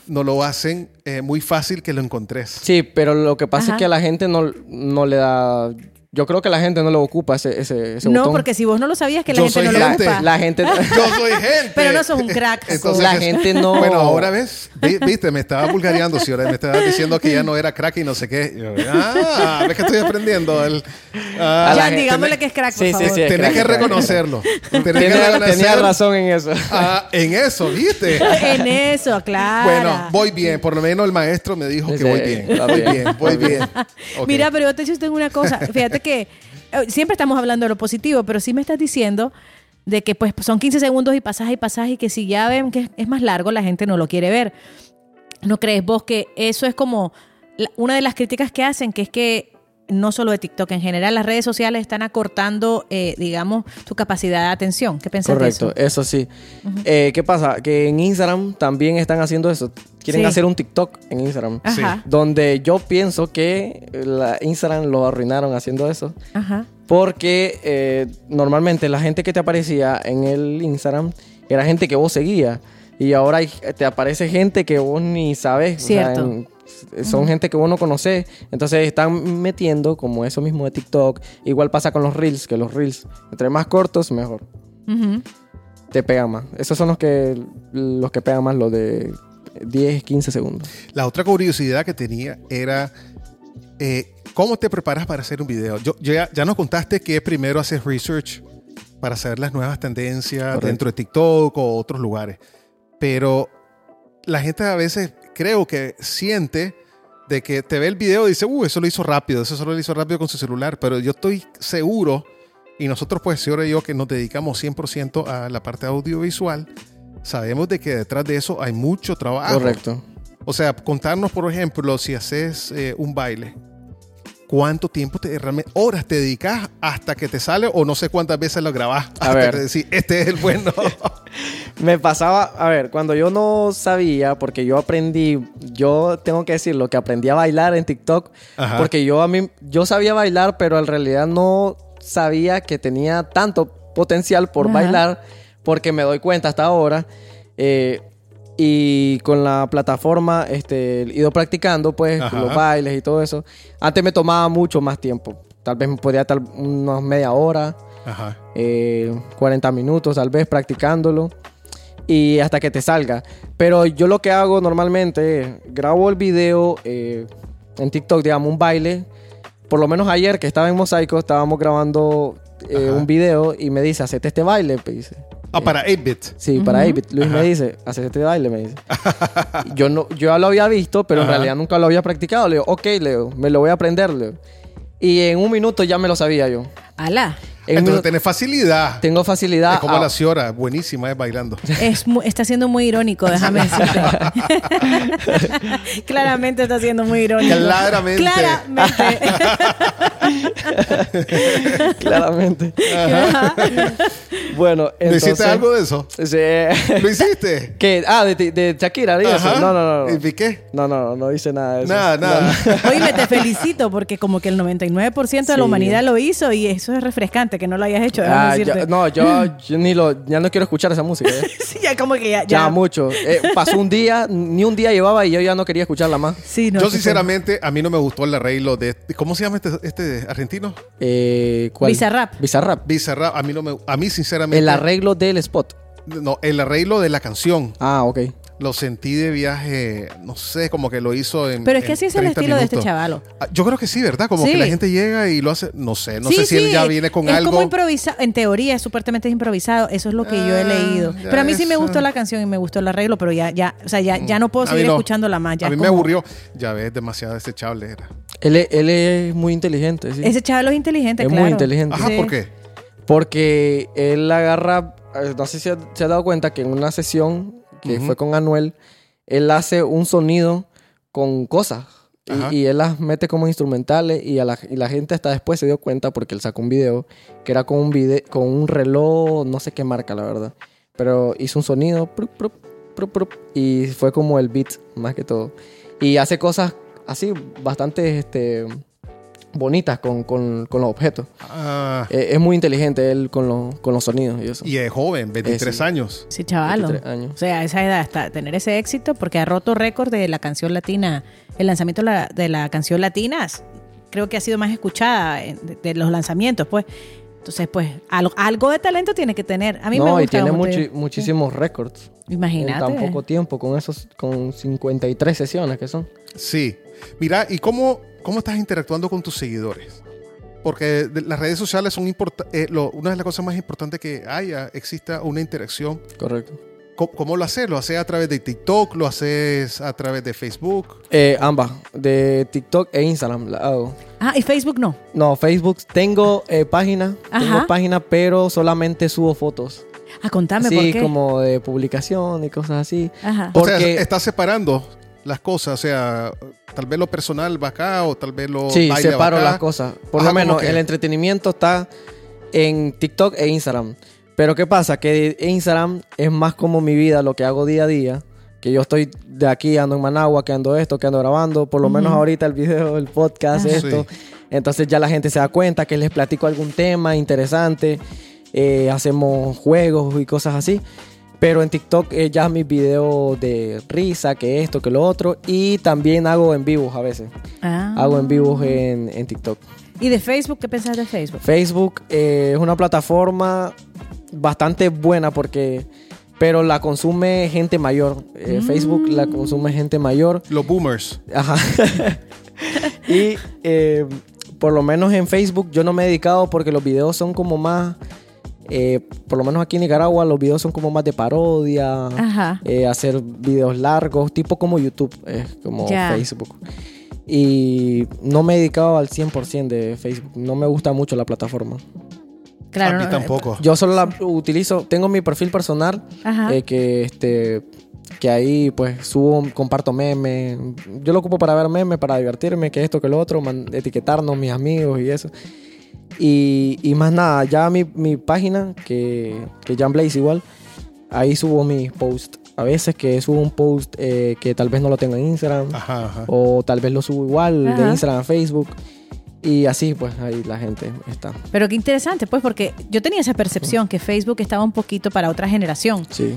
[SPEAKER 3] no lo hacen eh, muy fácil que lo encontres.
[SPEAKER 5] Sí, pero lo que pasa
[SPEAKER 4] Ajá.
[SPEAKER 5] es que a la gente no, no le da. Yo creo que la gente no le ocupa ese, ese, ese
[SPEAKER 4] No,
[SPEAKER 5] botón.
[SPEAKER 4] porque si vos no lo sabías que la
[SPEAKER 3] Yo
[SPEAKER 4] gente
[SPEAKER 3] soy
[SPEAKER 4] no lo
[SPEAKER 3] gente.
[SPEAKER 4] ocupa. Ah.
[SPEAKER 5] La gente.
[SPEAKER 3] Yo soy gente.
[SPEAKER 4] Pero no sos un crack,
[SPEAKER 3] Entonces,
[SPEAKER 5] La
[SPEAKER 3] es-
[SPEAKER 5] gente no-
[SPEAKER 3] Bueno, ahora ves, Vi- viste, me estaba vulgareando, señora, me estaba diciendo que ya no era crack y no sé qué. Yo, ah, ves que estoy aprendiendo. El, ah,
[SPEAKER 5] A la
[SPEAKER 4] Jan,
[SPEAKER 5] gente-
[SPEAKER 4] digámosle que es crack, por
[SPEAKER 5] Sí, sí,
[SPEAKER 4] favor.
[SPEAKER 5] sí, es
[SPEAKER 3] tenés
[SPEAKER 5] crack,
[SPEAKER 3] que
[SPEAKER 5] es crack.
[SPEAKER 3] reconocerlo. Tenés que
[SPEAKER 5] Tenía,
[SPEAKER 3] reconocer-
[SPEAKER 5] tenía razón en eso.
[SPEAKER 3] Ah, en eso, viste.
[SPEAKER 4] En eso, claro.
[SPEAKER 3] Bueno, voy bien. Por lo menos el maestro me dijo que
[SPEAKER 5] Sí,
[SPEAKER 3] voy bien.
[SPEAKER 5] está
[SPEAKER 3] Voy
[SPEAKER 5] bien,
[SPEAKER 3] bien, voy
[SPEAKER 5] está
[SPEAKER 3] bien.
[SPEAKER 5] bien.
[SPEAKER 3] Ok.
[SPEAKER 4] Mira, pero yo te digo una cosa. Fíjate que eh, siempre estamos hablando de lo positivo, pero sí me estás diciendo de que pues son 15 segundos y pasaje y pasaje y que si ya ven que es- es más largo, la gente no lo quiere ver. ¿No crees vos que eso es como la- una de las críticas que hacen, que es que no solo de TikTok, en general las redes sociales están acortando, eh, digamos, tu capacidad de atención? ¿Qué pensás de
[SPEAKER 5] Correcto,
[SPEAKER 4] eso?
[SPEAKER 5] eso sí. Eh, ¿Qué pasa? Que en Instagram también están haciendo eso. Quieren
[SPEAKER 4] Sí. Ah.
[SPEAKER 5] hacer un TikTok en Instagram.
[SPEAKER 4] Ajá.
[SPEAKER 5] Donde yo pienso que la Instagram lo arruinaron haciendo eso.
[SPEAKER 4] Ajá.
[SPEAKER 5] Porque eh, normalmente la gente que te aparecía en el Instagram era gente que vos seguías. Y ahora hay- te aparece gente que vos ni sabes. o sea,
[SPEAKER 4] Cierto.
[SPEAKER 5] en- son gente que vos no conocés. Entonces están metiendo como eso mismo de TikTok. Igual pasa con los Reels, que los Reels, entre más cortos, mejor.
[SPEAKER 4] Ujú.
[SPEAKER 5] Te pegan más. Esos son los que, los que pegan más, los de 10, 15 segundos.
[SPEAKER 3] La otra curiosidad que tenía era eh, cómo te preparas para hacer un video. Yo, yo ya, ya nos contaste que primero haces research para saber las nuevas tendencias
[SPEAKER 5] Correcto.
[SPEAKER 3] dentro de TikTok o otros lugares. Pero la gente a veces creo que siente de que te ve el video y dice, uh, eso lo hizo rápido, eso solo lo hizo rápido con su celular. Pero yo estoy seguro, y nosotros pues, señora y yo, que nos dedicamos 100% a la parte audiovisual, sabemos de que detrás de eso hay mucho trabajo.
[SPEAKER 5] Correcto.
[SPEAKER 3] O sea, contarnos, por ejemplo, si haces eh, un baile, ¿cuánto tiempo te realmente, horas te dedicas hasta que te sale o no sé cuántas veces lo grabás?
[SPEAKER 5] A
[SPEAKER 3] hasta
[SPEAKER 5] ver.
[SPEAKER 3] que decís, este es el bueno.
[SPEAKER 5] Me pasaba, a ver, cuando yo no sabía, porque yo aprendí, yo tengo que decirlo, que aprendí a bailar en TikTok,
[SPEAKER 3] Ajá.
[SPEAKER 5] porque yo a mí, yo sabía bailar, pero en realidad no sabía que tenía tanto potencial por
[SPEAKER 4] Ajá.
[SPEAKER 5] bailar, porque me doy cuenta hasta ahora. eh, y con la plataforma, este, he ido practicando, pues,
[SPEAKER 3] Ajá.
[SPEAKER 5] los bailes y todo eso. Antes me tomaba mucho más tiempo. Tal vez me podía estar unas media hora
[SPEAKER 3] Ajá.
[SPEAKER 5] eh, 40 minutos tal vez practicándolo y hasta que te salga. Pero yo lo que hago normalmente es grabo el video eh, en TikTok, digamos, un baile. Por lo menos ayer que estaba en Mosaico, estábamos grabando eh,
[SPEAKER 3] Ajá.
[SPEAKER 5] un video y me dice, hacete este baile, me dice.
[SPEAKER 3] Ah, para 8-bit.
[SPEAKER 5] Sí, para David. Luis me dice, hacete este baile, me dice. yo, no, yo ya lo había visto, pero
[SPEAKER 3] Ajá.
[SPEAKER 5] en realidad nunca lo había practicado. Le digo, ok, Leo, me lo voy a aprender, Leo. Y en un minuto ya me lo sabía yo.
[SPEAKER 4] Alá.
[SPEAKER 5] En un
[SPEAKER 3] Entonces
[SPEAKER 5] minuto-
[SPEAKER 3] tenés facilidad.
[SPEAKER 5] tengo facilidad. Ah.
[SPEAKER 3] es como
[SPEAKER 5] a-
[SPEAKER 3] la señora, buenísima, es bailando.
[SPEAKER 4] Es mu- está siendo muy irónico, déjame decirte. Claramente está siendo muy irónico.
[SPEAKER 3] Claramente.
[SPEAKER 4] Claramente.
[SPEAKER 5] claramente. bueno, entonces.
[SPEAKER 3] ¿No hiciste algo de eso?
[SPEAKER 5] Sí.
[SPEAKER 3] ¿Lo hiciste?
[SPEAKER 5] ¿Qué? Ah, de, de Shakira, de eso.
[SPEAKER 3] Ajá.
[SPEAKER 5] No, no, no.
[SPEAKER 3] ¿Y Piqué?
[SPEAKER 5] No, no, no hice nada de eso.
[SPEAKER 3] Nada, nada.
[SPEAKER 4] Oye, me te felicito porque como que el 99% de
[SPEAKER 5] Sí.
[SPEAKER 4] la humanidad lo hizo y eso es refrescante que no lo hayas hecho. déjame
[SPEAKER 5] Ah, yo-
[SPEAKER 4] decirte.
[SPEAKER 5] no, yo, yo ni lo, ya no quiero escuchar esa música. Ya,
[SPEAKER 4] Sí, ya como que ya.
[SPEAKER 5] Ya
[SPEAKER 4] ya.
[SPEAKER 5] mucho. Eh, pasó un día, ni un día llevaba y yo ya no quería escucharla más.
[SPEAKER 4] Sí, no,
[SPEAKER 3] Yo
[SPEAKER 4] sí, sí.
[SPEAKER 3] sinceramente, a mí no me gustó el arreglo de... ¿Cómo se llama este, este argentino?
[SPEAKER 5] Eh, ¿cuál?
[SPEAKER 4] Bizarrap.
[SPEAKER 5] Bizarrap.
[SPEAKER 3] Bizarra. A mí no me... A mí sinceramente...
[SPEAKER 5] El arreglo del spot.
[SPEAKER 3] No, el arreglo de la canción.
[SPEAKER 5] Ah, ok.
[SPEAKER 3] Lo sentí de viaje, no sé, como que lo hizo en...
[SPEAKER 4] Pero es que
[SPEAKER 3] en
[SPEAKER 4] así es el
[SPEAKER 3] 30
[SPEAKER 4] estilo de este
[SPEAKER 3] minutos.
[SPEAKER 4] chavalo.
[SPEAKER 3] Ah, Yo creo que sí, ¿verdad? Como que
[SPEAKER 4] Sí.
[SPEAKER 3] la gente llega y lo hace... No sé, no
[SPEAKER 4] Sí,
[SPEAKER 3] sé si él
[SPEAKER 4] sí,
[SPEAKER 3] ya viene con
[SPEAKER 4] es
[SPEAKER 3] algo...
[SPEAKER 4] como improvisado. En teoría es supuestamente improvisado. Eso es lo que yo he
[SPEAKER 3] Ah,
[SPEAKER 4] leído.
[SPEAKER 3] ya
[SPEAKER 4] Pero a mí sí me
[SPEAKER 3] esa.
[SPEAKER 4] gustó la canción y me gustó el arreglo, pero ya, ya, o sea, ya, ya no puedo
[SPEAKER 3] A mí Ah,
[SPEAKER 4] seguir
[SPEAKER 3] no.
[SPEAKER 4] escuchándola más. Ya
[SPEAKER 3] a mí
[SPEAKER 4] es
[SPEAKER 3] me
[SPEAKER 4] como-
[SPEAKER 3] aburrió. Ya ves, demasiado desechable era.
[SPEAKER 5] Él, es- él es muy inteligente, sí.
[SPEAKER 4] Ese chavalo es inteligente,
[SPEAKER 5] Es muy
[SPEAKER 4] claro.
[SPEAKER 5] inteligente.
[SPEAKER 3] Ajá,
[SPEAKER 4] Sí.
[SPEAKER 3] ¿por qué?
[SPEAKER 5] Porque él agarra, eh, no sé si ha- se ha dado cuenta que en una sesión que fue con Anuel, él hace un sonido con cosas. Y-
[SPEAKER 3] Ajá.
[SPEAKER 5] Y, él las mete como instrumentales y, a la, y la gente hasta después se dio cuenta porque él sacó un video que era con un, vide- con un reloj, no sé qué marca la verdad, pero hizo un sonido prup, prup, prup, prup, y fue como el beat más que todo. Y hace cosas así bastante este, bonitas con- con- con los objetos.
[SPEAKER 3] Ah,
[SPEAKER 5] Eh, es muy inteligente él con, los- con los sonidos y eso.
[SPEAKER 3] y es joven, 23
[SPEAKER 5] sí.
[SPEAKER 3] años.
[SPEAKER 4] Sí, chavalo.
[SPEAKER 5] 23 años.
[SPEAKER 4] O sea, a esa edad hasta tener ese éxito porque ha roto récord de la canción latina. El lanzamiento de la, de la canción latinas creo que ha sido más escuchada en- de, de los lanzamientos, pues. Entonces, pues, al- algo de talento tiene que tener. A mí me
[SPEAKER 5] no,
[SPEAKER 4] gusta.
[SPEAKER 5] y tiene
[SPEAKER 4] como te
[SPEAKER 5] muchi-
[SPEAKER 4] digo.
[SPEAKER 5] muchísimos récords. En
[SPEAKER 4] Imagínate.
[SPEAKER 5] tan poco tiempo, con esos, con 53 sesiones que son.
[SPEAKER 3] Sí. Mira, ¿y cómo, cómo estás interactuando con tus seguidores? Porque de- las redes sociales son importantes. una de las cosas más importantes que haya, exista una interacción.
[SPEAKER 5] Correcto.
[SPEAKER 3] Co- ¿Cómo, lo haces? ¿Lo haces a través de TikTok? ¿Lo haces a través de Facebook?
[SPEAKER 5] Eh, ambas, de TikTok e Instagram la hago.
[SPEAKER 4] Ah, y Facebook no.
[SPEAKER 5] No, Facebook, tengo eh, página, tengo
[SPEAKER 4] Ajá.
[SPEAKER 5] página, pero solamente subo fotos.
[SPEAKER 4] Ah, contame por
[SPEAKER 5] Así
[SPEAKER 4] qué.
[SPEAKER 5] como de publicación y cosas así.
[SPEAKER 4] Ajá.
[SPEAKER 3] O sea,
[SPEAKER 5] Porque-
[SPEAKER 3] estás separando las cosas. O sea, tal vez lo personal va acá o tal vez lo.
[SPEAKER 5] Sí,
[SPEAKER 3] baile va
[SPEAKER 5] separo
[SPEAKER 3] acá.
[SPEAKER 5] las cosas. Por
[SPEAKER 3] Ajá,
[SPEAKER 5] lo
[SPEAKER 3] ¿cómo
[SPEAKER 5] menos
[SPEAKER 3] que?
[SPEAKER 5] el entretenimiento está en TikTok e Instagram. Pero ¿qué pasa? Que Instagram es más como mi vida, lo que hago día a día. Que yo estoy de aquí, ando en Managua, que ando esto, que ando grabando. Por lo menos ahorita el video, el podcast,
[SPEAKER 3] Ajá.
[SPEAKER 5] esto.
[SPEAKER 3] Ah, Sí.
[SPEAKER 5] Entonces ya la gente se da cuenta que les platico algún tema interesante. eh, hacemos juegos y cosas así. Pero en TikTok eh, ya mis videos de risa, que esto, que lo otro. Y también hago en vivos a veces.
[SPEAKER 4] Ah.
[SPEAKER 5] Hago en vivos en, en TikTok.
[SPEAKER 4] ¿Y de Facebook? ¿Qué pensás de Facebook?
[SPEAKER 5] Facebook eh, es una plataforma bastante buena porque... Pero la consume gente mayor. Eh, Facebook la consume gente mayor.
[SPEAKER 3] Los boomers.
[SPEAKER 5] Ajá. y eh, por lo menos en Facebook yo no me he dedicado porque los videos son como más... eh, por lo menos aquí en Nicaragua los videos son como más de parodia.
[SPEAKER 4] Ajá.
[SPEAKER 5] eh, hacer videos largos, tipo como YouTube, eh, como
[SPEAKER 4] Ya.
[SPEAKER 5] Facebook. Y no me he dedicado al 100% de Facebook. No me gusta mucho la plataforma.
[SPEAKER 4] Claro.
[SPEAKER 3] a mí
[SPEAKER 4] no,
[SPEAKER 3] tampoco.
[SPEAKER 5] Yo solo la utilizo, tengo mi perfil personal,
[SPEAKER 4] Ajá.
[SPEAKER 5] eh, que este que ahí pues subo, comparto memes. Yo lo ocupo para ver memes, para divertirme, que esto, que lo otro, man- etiquetarnos mis amigos y eso. Y, y más nada, ya mi, mi página, que, que Jan Blaze igual, ahí subo mis posts. A veces que subo un post eh, que tal vez no lo tengo en Instagram,
[SPEAKER 3] Ajá, ajá.
[SPEAKER 5] o tal vez lo subo igual de
[SPEAKER 4] Ajá.
[SPEAKER 5] Instagram a Facebook. Y así pues ahí la gente está.
[SPEAKER 4] Pero qué interesante, pues, porque yo tenía esa percepción que Facebook estaba un poquito para otra generación.
[SPEAKER 5] Sí.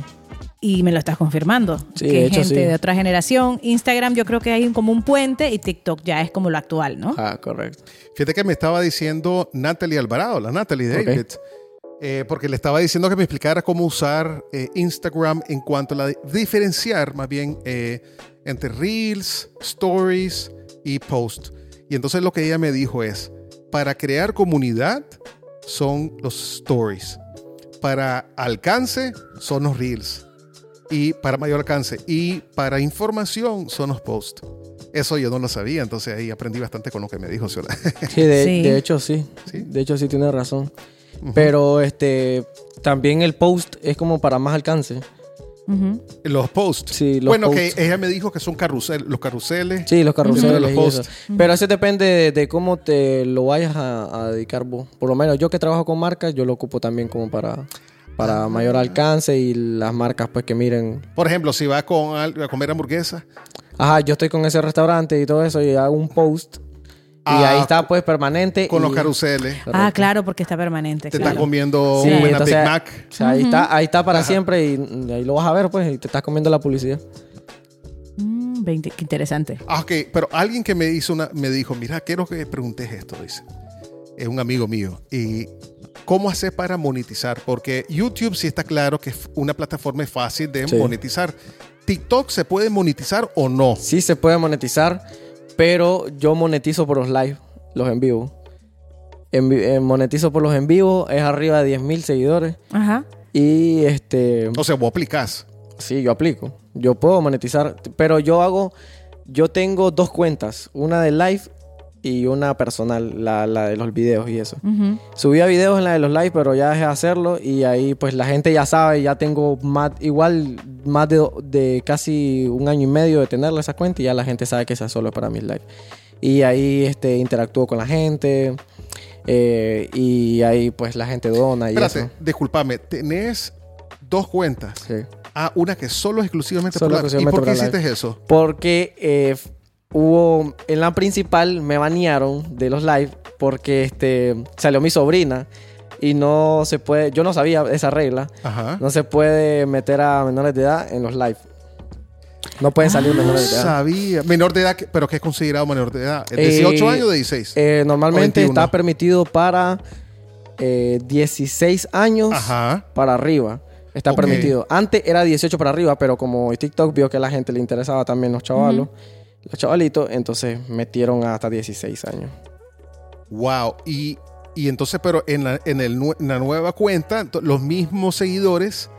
[SPEAKER 4] Y me lo estás confirmando.
[SPEAKER 5] Sí,
[SPEAKER 4] que
[SPEAKER 5] de
[SPEAKER 4] es
[SPEAKER 5] hecho,
[SPEAKER 4] gente
[SPEAKER 5] sí.
[SPEAKER 4] de otra generación. Instagram yo creo que hay un- como un puente y TikTok ya es como lo actual, ¿no?
[SPEAKER 5] Ah, correcto.
[SPEAKER 3] Fíjate que me estaba diciendo Natalie Alvarado, la Natalie
[SPEAKER 5] Ok.
[SPEAKER 3] David, eh, porque le estaba diciendo que me explicara cómo usar eh, Instagram en cuanto a la diferenciar más bien eh, entre Reels, Stories y Post. Y entonces lo que ella me dijo es, para crear comunidad son los Stories, para alcance son los Reels y para mayor alcance y para información son los Posts. Eso yo no lo sabía, entonces ahí aprendí bastante con lo que me dijo Ciudad.
[SPEAKER 5] Sí, de,
[SPEAKER 4] Sí.
[SPEAKER 5] de hecho sí.
[SPEAKER 3] Sí.
[SPEAKER 5] De hecho sí tiene razón. Pero este también el post es como para más alcance.
[SPEAKER 4] Ujú.
[SPEAKER 3] Los posts.
[SPEAKER 5] Sí, los
[SPEAKER 3] bueno,
[SPEAKER 5] posts.
[SPEAKER 3] que ella me dijo que son carrusel, los carruseles.
[SPEAKER 5] Sí, los
[SPEAKER 3] Ujú.
[SPEAKER 5] carruseles.
[SPEAKER 3] Los
[SPEAKER 5] y
[SPEAKER 3] posts.
[SPEAKER 5] eso. Pero eso depende de, de cómo te lo vayas a, a dedicar vos. Por lo menos yo que trabajo con marcas, yo lo ocupo también como para,
[SPEAKER 3] Ah.
[SPEAKER 5] para mayor alcance y las marcas pues que miren.
[SPEAKER 3] Por ejemplo, si va con, al- a comer hamburguesa.
[SPEAKER 5] Ajá, yo estoy con ese restaurante y todo eso y hago un post. y
[SPEAKER 3] Ah,
[SPEAKER 5] ahí está pues permanente.
[SPEAKER 3] Con
[SPEAKER 5] y-
[SPEAKER 3] los carruseles.
[SPEAKER 4] Ah, claro, porque está permanente.
[SPEAKER 3] Te
[SPEAKER 4] claro.
[SPEAKER 3] estás comiendo
[SPEAKER 5] Sí,
[SPEAKER 3] una buena
[SPEAKER 5] entonces,
[SPEAKER 3] Big Mac.
[SPEAKER 5] o sea, ahí, está, ahí está para siempre y, y ahí lo vas a ver pues y te estás comiendo la publicidad.
[SPEAKER 4] Mm, 20, qué interesante.
[SPEAKER 3] Ah, ok. Pero alguien que me hizo una, me dijo, mira, quiero que preguntes esto, dice. Es un amigo mío. Y ¿cómo hacer para monetizar? Porque YouTube sí está claro que es una plataforma fácil de
[SPEAKER 5] Sí.
[SPEAKER 3] monetizar. TikTok se puede monetizar o no.
[SPEAKER 5] Sí se puede monetizar, pero yo monetizo por los live, los en vivo. En vi- eh, monetizo por los en vivo, es arriba de 10.000 seguidores.
[SPEAKER 4] Ajá.
[SPEAKER 5] Y este,
[SPEAKER 3] O sea, vos aplicás.
[SPEAKER 5] sí, yo aplico. Yo puedo monetizar, pero yo hago, yo tengo dos cuentas, una de live y una personal, la, la de los videos y eso.
[SPEAKER 4] Ujú.
[SPEAKER 5] Subía videos en la de los live, pero ya dejé de hacerlo y ahí pues la gente ya sabe, ya tengo más, igual más de, de casi un año y medio de tenerla esa cuenta y ya la gente sabe que esa solo es para mis live. Y ahí este, interactúo con la gente eh, y ahí pues la gente dona y
[SPEAKER 3] Espérate,
[SPEAKER 5] eso.
[SPEAKER 3] discúlpame. Tenés dos cuentas.
[SPEAKER 5] Sí.
[SPEAKER 3] Ah, una que solo exclusivamente
[SPEAKER 5] Solo
[SPEAKER 3] por live. ¿Y
[SPEAKER 5] exclusivamente
[SPEAKER 3] por qué
[SPEAKER 5] por live.
[SPEAKER 3] hiciste eso?
[SPEAKER 5] Porque eh, f- hubo. En la principal me banearon de los live porque este, salió mi sobrina y no se puede. Yo no sabía esa regla.
[SPEAKER 3] Ajá.
[SPEAKER 5] No se puede meter a menores de edad en los live. No pueden salir menores de edad.
[SPEAKER 3] Sabía. Menor de edad, que- pero que es considerado menor de edad. ¿18
[SPEAKER 5] Eh,
[SPEAKER 3] años o 16?
[SPEAKER 5] eh, normalmente
[SPEAKER 3] 21.
[SPEAKER 5] está permitido para eh, 16 años
[SPEAKER 3] Ajá.
[SPEAKER 5] para arriba. Está
[SPEAKER 3] Ok.
[SPEAKER 5] permitido. Antes era 18 para arriba, pero como TikTok vio que a la gente le interesaba también los chavalos, los chavalitos, entonces metieron hasta 16 años.
[SPEAKER 3] Wow. Y, y entonces, pero en la, en el nue- en la nueva cuenta, ento- los mismos seguidores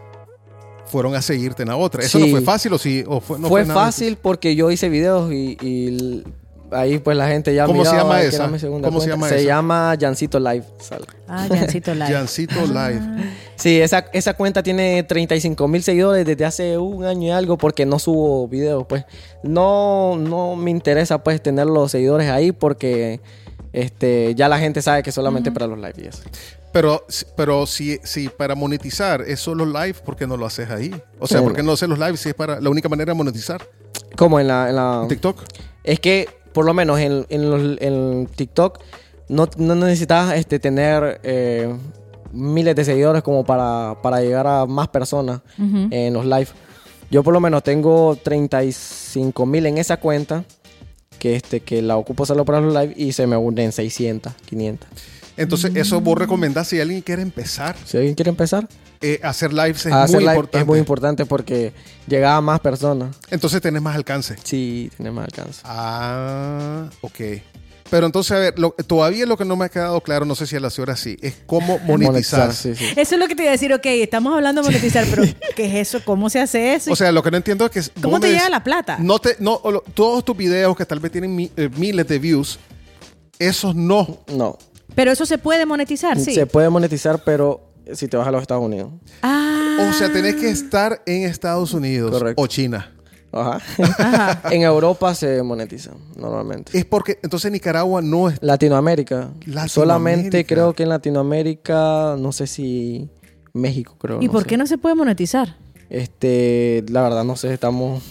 [SPEAKER 3] fueron a seguirte en la otra. ¿Eso
[SPEAKER 5] Sí.
[SPEAKER 3] no fue fácil o sí? O fue, no
[SPEAKER 5] fue
[SPEAKER 3] nada
[SPEAKER 5] fácil porque yo hice videos y, y l- ahí pues la gente ya
[SPEAKER 3] ¿Cómo se
[SPEAKER 5] miraba
[SPEAKER 3] llama
[SPEAKER 5] que
[SPEAKER 3] esa?
[SPEAKER 5] era mi segunda
[SPEAKER 3] ¿Cómo se
[SPEAKER 5] cuenta.
[SPEAKER 3] llama esa?
[SPEAKER 5] llama Jancito Live. sale.
[SPEAKER 4] Ah, Jancito Live.
[SPEAKER 3] Jancito Live.
[SPEAKER 5] Sí, esa, esa cuenta tiene 35 mil seguidores desde hace un año y algo porque no subo videos, pues. No, no me interesa, pues, tener los seguidores ahí porque este, ya la gente sabe que solamente para los live y eso.
[SPEAKER 3] Pero, si- pero si, si para monetizar es solo live, ¿por qué no lo haces ahí? O sea,
[SPEAKER 5] Sí.
[SPEAKER 3] ¿por qué no haces los live si es para la única manera de monetizar?
[SPEAKER 5] Como en la... en la-
[SPEAKER 3] en TikTok.
[SPEAKER 5] Es que, por lo menos, en, en los- en TikTok no, no necesitas este, tener eh, miles de seguidores como para, para llegar a más personas
[SPEAKER 4] Ujú.
[SPEAKER 5] en los live. Yo por lo menos tengo 35 mil en esa cuenta. Que, este, que la ocupo solo para los live y se me unen 600, 500.
[SPEAKER 3] Entonces,
[SPEAKER 5] Mm.
[SPEAKER 3] eso vos recomendás si alguien quiere empezar
[SPEAKER 5] Si alguien quiere empezar
[SPEAKER 3] eh, a hacer lives es
[SPEAKER 5] a hacer
[SPEAKER 3] muy
[SPEAKER 5] live
[SPEAKER 3] importante.
[SPEAKER 5] es muy importante porque llega a más personas.
[SPEAKER 3] Entonces tenés más alcance.
[SPEAKER 5] Sí, tiene más alcance.
[SPEAKER 3] Ah, ok. Pero entonces, a ver, lo- todavía lo que no me ha quedado claro, no sé si a la señora sí, es cómo monetizar.
[SPEAKER 5] sí, sí.
[SPEAKER 4] Eso es lo que te iba a decir, ok, estamos hablando de monetizar, pero ¿qué es eso? ¿Cómo se hace eso?
[SPEAKER 3] O sea, lo que no entiendo es que...
[SPEAKER 4] ¿Cómo
[SPEAKER 3] vos
[SPEAKER 4] te
[SPEAKER 3] me
[SPEAKER 4] llega
[SPEAKER 3] des-
[SPEAKER 4] la plata?
[SPEAKER 3] No te, no, o lo- todos tus videos que tal vez tienen mi- eh, miles de views, esos no.
[SPEAKER 5] No.
[SPEAKER 4] pero eso se puede monetizar, sí.
[SPEAKER 5] Se puede monetizar, pero si te vas a los Estados Unidos.
[SPEAKER 4] Ah,
[SPEAKER 3] O sea, tenés que estar en Estados Unidos
[SPEAKER 5] Correcto.
[SPEAKER 3] o China.
[SPEAKER 5] Ajá. en Europa se monetiza normalmente.
[SPEAKER 3] Es porque entonces Nicaragua no es...
[SPEAKER 5] Latinoamérica.
[SPEAKER 3] Latinoamérica.
[SPEAKER 5] Solamente creo que en Latinoamérica, no sé si México, creo.
[SPEAKER 4] ¿y por qué no se puede monetizar?
[SPEAKER 5] Este, la verdad, no sé, estamos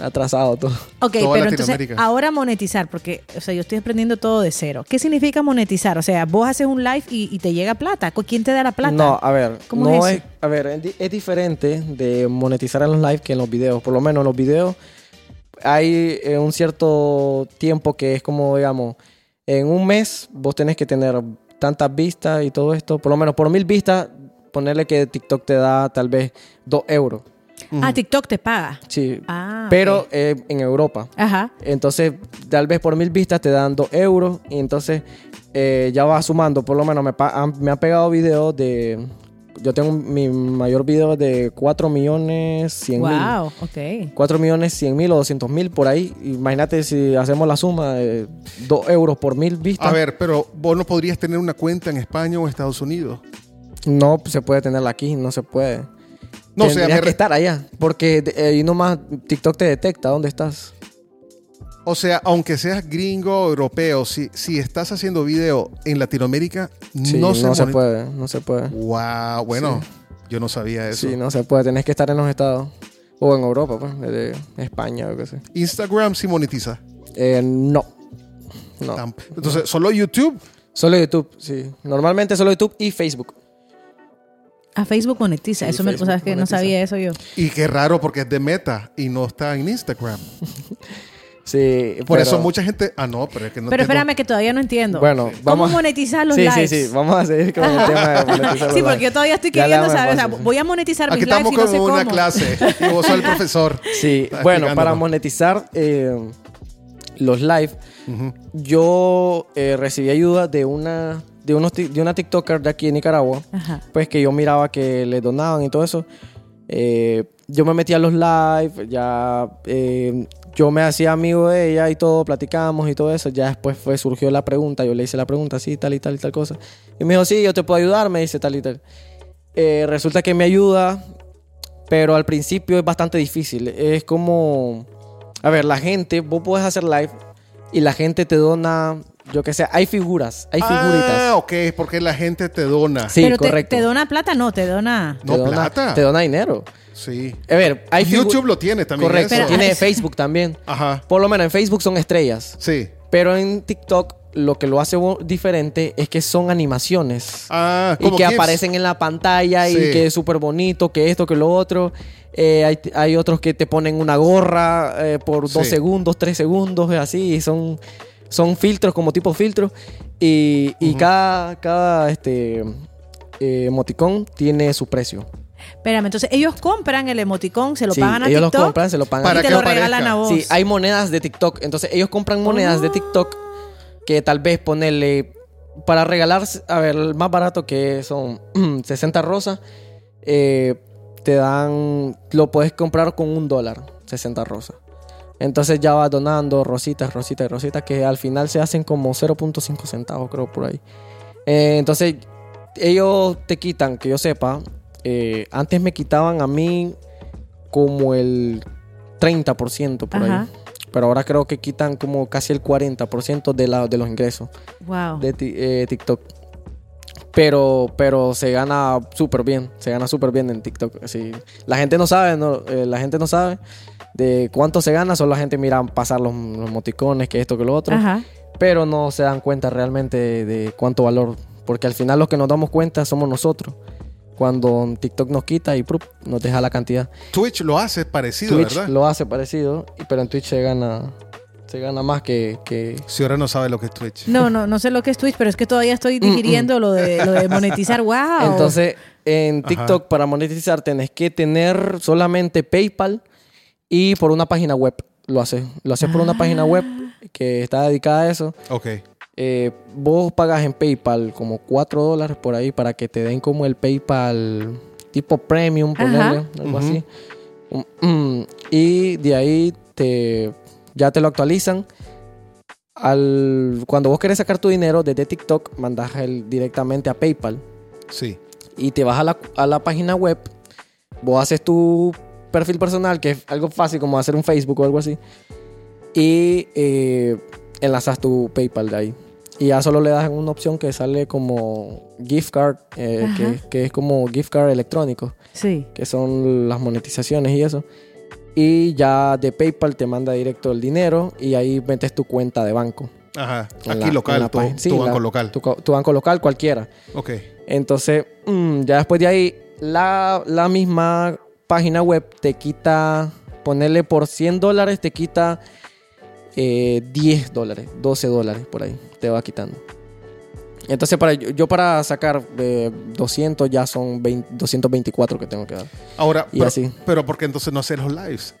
[SPEAKER 5] atrasados todos.
[SPEAKER 3] Toda
[SPEAKER 4] Ok, pero entonces
[SPEAKER 3] Latinoamérica.
[SPEAKER 4] ahora monetizar, porque o sea, yo estoy aprendiendo todo de cero. ¿Qué significa monetizar? O sea, vos haces un live y, y te llega plata. ¿Cu- ¿Quién te da la plata? Ah,
[SPEAKER 5] No, a ver,
[SPEAKER 4] ¿Cómo
[SPEAKER 5] no
[SPEAKER 4] es
[SPEAKER 5] es,
[SPEAKER 4] eso?
[SPEAKER 5] a ver, es, di- es diferente de monetizar en los live que en los videos. Por lo menos en los videos hay eh, un cierto tiempo que es como, digamos, en un mes vos tenés que tener tantas vistas y todo esto. Por lo menos por mil vistas, ponerle que TikTok te da tal vez dos euros.
[SPEAKER 4] Ah, TikTok te paga.
[SPEAKER 5] Sí.
[SPEAKER 4] Ah,
[SPEAKER 5] pero
[SPEAKER 4] ok.
[SPEAKER 5] eh, en Europa.
[SPEAKER 4] Ajá.
[SPEAKER 5] Entonces, tal vez por mil vistas te dan 2 euros. Y entonces eh, ya vas sumando. Por lo menos me, pa- han- me han pegado videos de Yo tengo mi mayor video de 4 millones 100 mil.
[SPEAKER 4] Wow, ok.
[SPEAKER 5] 4 millones 100 mil o 200 mil por ahí. Imagínate si hacemos la suma de 2 euros por mil vistas.
[SPEAKER 3] A ver, pero vos no podrías tener una cuenta en España o Estados Unidos.
[SPEAKER 5] No se puede tenerla aquí, no se puede.
[SPEAKER 3] No,
[SPEAKER 5] No,
[SPEAKER 3] o sea,
[SPEAKER 5] Tendría
[SPEAKER 3] me
[SPEAKER 5] que
[SPEAKER 3] re-
[SPEAKER 5] estar allá. Porque de- ahí nomás TikTok te detecta dónde estás.
[SPEAKER 3] O sea, aunque seas gringo o europeo, si, si estás haciendo video en Latinoamérica,
[SPEAKER 5] Sí,
[SPEAKER 3] no,
[SPEAKER 5] no
[SPEAKER 3] se, monet-
[SPEAKER 5] puede, no se puede.
[SPEAKER 3] Wow, bueno, yo no sabía eso.
[SPEAKER 5] Sí, no se puede. Tenés que estar en los estados. O en Europa, pues. De España o qué sé.
[SPEAKER 3] Instagram sí monetiza.
[SPEAKER 5] Eh, no. No.
[SPEAKER 3] Tam- Entonces, solo YouTube.
[SPEAKER 5] Solo YouTube, sí. Normalmente solo YouTube y Facebook.
[SPEAKER 4] A Ah, Facebook monetiza.
[SPEAKER 5] Sí,
[SPEAKER 4] eso me,
[SPEAKER 5] Facebook
[SPEAKER 4] sabes que no
[SPEAKER 5] monetiza.
[SPEAKER 4] sabía eso yo.
[SPEAKER 3] Y qué raro porque es de meta y no está en Instagram.
[SPEAKER 5] Sí.
[SPEAKER 3] Por
[SPEAKER 5] pero-
[SPEAKER 3] eso mucha gente. Ah, no, pero es que no
[SPEAKER 4] Pero
[SPEAKER 3] tengo-
[SPEAKER 4] espérame que todavía no entiendo.
[SPEAKER 5] Bueno,
[SPEAKER 4] ¿Cómo
[SPEAKER 5] vamos.
[SPEAKER 4] monetizar los
[SPEAKER 5] sí,
[SPEAKER 4] likes?
[SPEAKER 5] Sí, sí, Vamos a seguir con el tema de monetizar los
[SPEAKER 4] Sí,
[SPEAKER 5] likes.
[SPEAKER 4] porque yo todavía estoy
[SPEAKER 5] Ya le
[SPEAKER 4] queriendo
[SPEAKER 5] damos
[SPEAKER 4] saber. O sea,
[SPEAKER 5] paso.
[SPEAKER 4] voy a monetizar
[SPEAKER 3] Aquí
[SPEAKER 4] mis likes
[SPEAKER 3] estamos
[SPEAKER 4] y no sé
[SPEAKER 3] como
[SPEAKER 4] cómo.
[SPEAKER 3] una clase. Y vos sos el profesor.
[SPEAKER 5] Sí,
[SPEAKER 3] Está
[SPEAKER 5] bueno, para
[SPEAKER 3] explicándonos.
[SPEAKER 5] monetizar eh, los live, yo eh, recibí ayuda de una, de, unos, ti- de una TikToker de aquí en Nicaragua,
[SPEAKER 4] Ajá.
[SPEAKER 5] pues que yo miraba que le donaban y todo eso. Eh, yo me metía a los live, ya eh, yo me hacía amigo de ella y todo, platicábamos y todo eso. Ya después fue, surgió la pregunta, yo le hice la pregunta, sí, tal y tal y tal cosa. Y me dijo, sí, yo te puedo ayudar, me dice tal y tal. Eh, resulta que me ayuda, pero al principio es bastante difícil. Es como, a ver, la gente, vos podés hacer live y la gente te dona, yo qué sé, hay figuras, hay
[SPEAKER 3] Ah,
[SPEAKER 5] figuritas.
[SPEAKER 3] ok, porque la gente te dona.
[SPEAKER 5] Sí,
[SPEAKER 4] Pero te-
[SPEAKER 5] correcto.
[SPEAKER 4] Te, dona plata, no, te dona.
[SPEAKER 3] No,
[SPEAKER 5] dona,
[SPEAKER 3] plata.
[SPEAKER 5] Te dona dinero.
[SPEAKER 3] Sí.
[SPEAKER 5] A ver, hay figu-
[SPEAKER 3] YouTube lo tiene también.
[SPEAKER 5] Correcto,
[SPEAKER 3] eso.
[SPEAKER 4] Pero-
[SPEAKER 5] tiene Facebook también.
[SPEAKER 3] Ajá.
[SPEAKER 5] Por lo menos en Facebook son estrellas,
[SPEAKER 3] Sí.
[SPEAKER 5] pero en TikTok lo que lo hace bo- diferente es que son animaciones.
[SPEAKER 3] Ah,
[SPEAKER 5] y
[SPEAKER 3] como
[SPEAKER 5] que
[SPEAKER 3] GIFs.
[SPEAKER 5] aparecen en la pantalla y
[SPEAKER 3] Sí.
[SPEAKER 5] que es súper bonito, que esto, que lo otro. Eh, hay, hay otros que te ponen una gorra eh, por dos
[SPEAKER 3] Sí.
[SPEAKER 5] segundos, tres segundos, así. y son, son filtros, como tipo filtros. Y, y cada, cada este, eh, emoticón tiene su precio.
[SPEAKER 4] Espérame, entonces ellos compran el emoticón, se lo
[SPEAKER 5] Sí,
[SPEAKER 4] pagan a
[SPEAKER 5] ellos los
[SPEAKER 4] TikTok.
[SPEAKER 5] compran, se lo pagan a
[SPEAKER 4] y
[SPEAKER 3] Para
[SPEAKER 4] te
[SPEAKER 3] que
[SPEAKER 4] lo
[SPEAKER 3] aparezca.
[SPEAKER 4] regalan a vos.
[SPEAKER 5] Sí, hay monedas de TikTok. Entonces ellos compran monedas
[SPEAKER 4] Oh.
[SPEAKER 5] de TikTok que tal vez ponerle para regalar, a ver, el más barato que son 60 rosas, eh, te dan, lo puedes comprar con un dólar, 60 rosas. Entonces ya vas donando rositas, rositas, y rositas, que al final se hacen como 0.5 centavos, creo, por ahí. Eh, entonces ellos te quitan, que yo sepa, eh, antes me quitaban a mí como el 30% por
[SPEAKER 4] Ajá.
[SPEAKER 5] ahí. Pero ahora creo que quitan como casi el 40% de, la, de los ingresos
[SPEAKER 4] Wow.
[SPEAKER 5] de ti- eh, TikTok. Pero, pero se gana súper bien, se gana súper bien en TikTok. así. La gente no sabe, no, eh, la gente no sabe de cuánto se gana, solo la gente mira pasar los, los moticones, que esto, que lo otro
[SPEAKER 4] Ajá.
[SPEAKER 5] pero no se dan cuenta realmente de, de cuánto valor. Porque al final los que nos damos cuenta somos nosotros. Cuando TikTok nos quita y ¡prup! nos deja la cantidad.
[SPEAKER 3] Twitch lo hace parecido,
[SPEAKER 5] Twitch
[SPEAKER 3] ¿verdad?
[SPEAKER 5] lo hace parecido, y- pero en Twitch se gana, se gana más que... que-
[SPEAKER 3] Si ahora no sabe lo que es Twitch.
[SPEAKER 4] No, no, no sé lo que es Twitch, pero es que todavía estoy digiriendo lo de, lo de monetizar. Wow.
[SPEAKER 5] Mm, Entonces, en TikTok para monetizar tenés que tener solamente PayPal y por una página web. Lo haces lo haces por una página web que está dedicada a eso.
[SPEAKER 3] Ok.
[SPEAKER 5] Eh, vos pagas en PayPal como 4 dólares por ahí para que te den como el PayPal tipo premium,
[SPEAKER 4] Ajá.
[SPEAKER 5] ponerle, algo así. Mm, mm, y de ahí te, ya te lo actualizan. Al, cuando vos querés sacar tu dinero desde TikTok, mandas el directamente a PayPal
[SPEAKER 3] Sí.
[SPEAKER 5] y te vas a la, a la página web, vos haces tu perfil personal, que es algo fácil como hacer un Facebook o algo así, y eh, enlazas tu PayPal de ahí. Y ya solo le das en una opción que sale como gift card, eh,
[SPEAKER 4] Ajá.
[SPEAKER 5] que, que es como gift card electrónico,
[SPEAKER 4] Sí.
[SPEAKER 5] que son las monetizaciones y eso. Y ya de PayPal te manda directo el dinero y ahí metes tu cuenta de banco.
[SPEAKER 3] Ajá.
[SPEAKER 5] en
[SPEAKER 3] Aquí
[SPEAKER 5] la- en
[SPEAKER 3] local,
[SPEAKER 5] la
[SPEAKER 3] tu,
[SPEAKER 5] página. Sí,
[SPEAKER 3] tu
[SPEAKER 5] la-
[SPEAKER 3] banco local.
[SPEAKER 5] Tu, co- tu banco local, cualquiera.
[SPEAKER 3] Ok.
[SPEAKER 5] Entonces, mm, ya después de ahí, la, la misma página web te quita, ponerle por 100 dólares, te quita eh, 10 dólares, 12 dólares por ahí, te va quitando. Entonces, para, yo yo para sacar eh, 200 ya son 20 224 que tengo que dar.
[SPEAKER 3] Ahora,
[SPEAKER 5] Y
[SPEAKER 3] pero,
[SPEAKER 5] así.
[SPEAKER 3] pero ¿por qué entonces no haces los lives?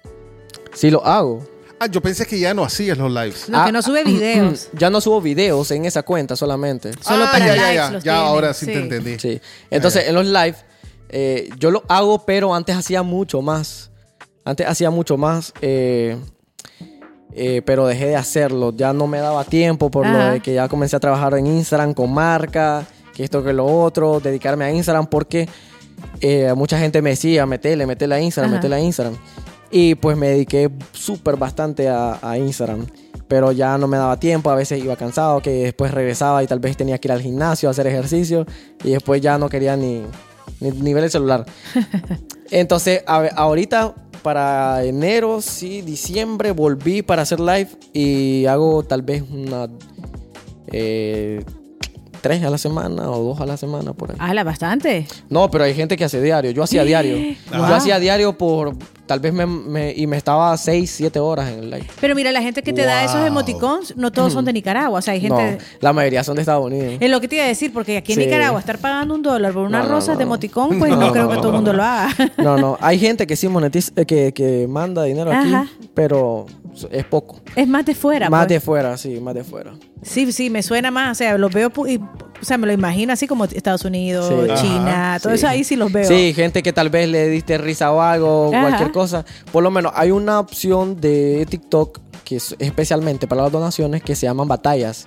[SPEAKER 5] Si lo hago,
[SPEAKER 3] Ah, yo pensé que ya no hacías los lives.
[SPEAKER 4] No,
[SPEAKER 5] Ah,
[SPEAKER 4] que no sube videos.
[SPEAKER 5] Mm, ya no subo videos en esa cuenta solamente.
[SPEAKER 4] Solo
[SPEAKER 3] Ah,
[SPEAKER 4] para
[SPEAKER 3] ya, ya,
[SPEAKER 4] likes
[SPEAKER 3] ya.
[SPEAKER 4] los
[SPEAKER 3] Ya
[SPEAKER 4] tienen,
[SPEAKER 3] ahora sí,
[SPEAKER 4] sí.
[SPEAKER 3] te entendí.
[SPEAKER 5] Sí. Entonces, en los live, Eh, yo lo hago, pero antes hacía mucho más. Antes hacía mucho más, eh, eh, pero dejé de hacerlo. Ya no me daba tiempo por
[SPEAKER 4] Ajá.
[SPEAKER 5] lo de que ya comencé a trabajar en Instagram con marca, que esto, que lo otro, dedicarme a Instagram, porque eh, mucha gente me decía, metele, metele a Instagram,
[SPEAKER 4] Ajá.
[SPEAKER 5] metele a Instagram. Y pues me dediqué súper bastante a, a Instagram. Pero ya no me daba tiempo, a veces iba cansado, que después regresaba y tal vez tenía que ir al gimnasio a hacer ejercicio. Y después ya no quería ni, ni, ni ver el celular. Entonces, a- ahorita para enero, sí, diciembre, volví para hacer live y hago tal vez una... eh, tres a la semana o dos a la semana por ahí.
[SPEAKER 4] Hala, bastante.
[SPEAKER 5] No, pero hay gente que hace diario. Yo hacía diario.
[SPEAKER 4] Wow.
[SPEAKER 5] Yo hacía diario por. Tal vez me, me- y me estaba 6, 7 horas en el live.
[SPEAKER 4] Pero mira, la gente que te da esos
[SPEAKER 3] Wow.
[SPEAKER 4] emoticons, no todos son de Nicaragua. O sea, hay gente.
[SPEAKER 5] Mm. No, la mayoría son de Estados Unidos.
[SPEAKER 4] Es lo que te iba a decir, porque aquí en
[SPEAKER 5] Sí.
[SPEAKER 4] Nicaragua estar pagando un dólar por unas
[SPEAKER 5] No, no,
[SPEAKER 4] rosas
[SPEAKER 5] no,
[SPEAKER 4] de
[SPEAKER 5] no.
[SPEAKER 4] emoticón, pues no,
[SPEAKER 5] No,
[SPEAKER 4] creo
[SPEAKER 5] no,
[SPEAKER 4] que
[SPEAKER 5] no,
[SPEAKER 4] todo el
[SPEAKER 5] no,
[SPEAKER 4] mundo
[SPEAKER 5] no.
[SPEAKER 4] lo haga.
[SPEAKER 5] No, no. Hay gente que sí monetiza, eh, que, que manda dinero
[SPEAKER 4] Ajá.
[SPEAKER 5] aquí, pero es poco.
[SPEAKER 4] Es más de fuera.
[SPEAKER 5] más de
[SPEAKER 4] pues.
[SPEAKER 5] fuera, sí, más de fuera.
[SPEAKER 4] Sí, sí, me suena más. O sea, los veo, pu- y, o sea, me lo imagino así como Estados Unidos,
[SPEAKER 5] Sí.
[SPEAKER 4] China, todo
[SPEAKER 5] Sí.
[SPEAKER 4] eso ahí sí los veo.
[SPEAKER 5] Sí, gente que tal vez le diste risa o algo,
[SPEAKER 4] Ajá.
[SPEAKER 5] cualquier cosa. Por lo menos hay una opción de TikTok que es especialmente para las donaciones que se llaman batallas.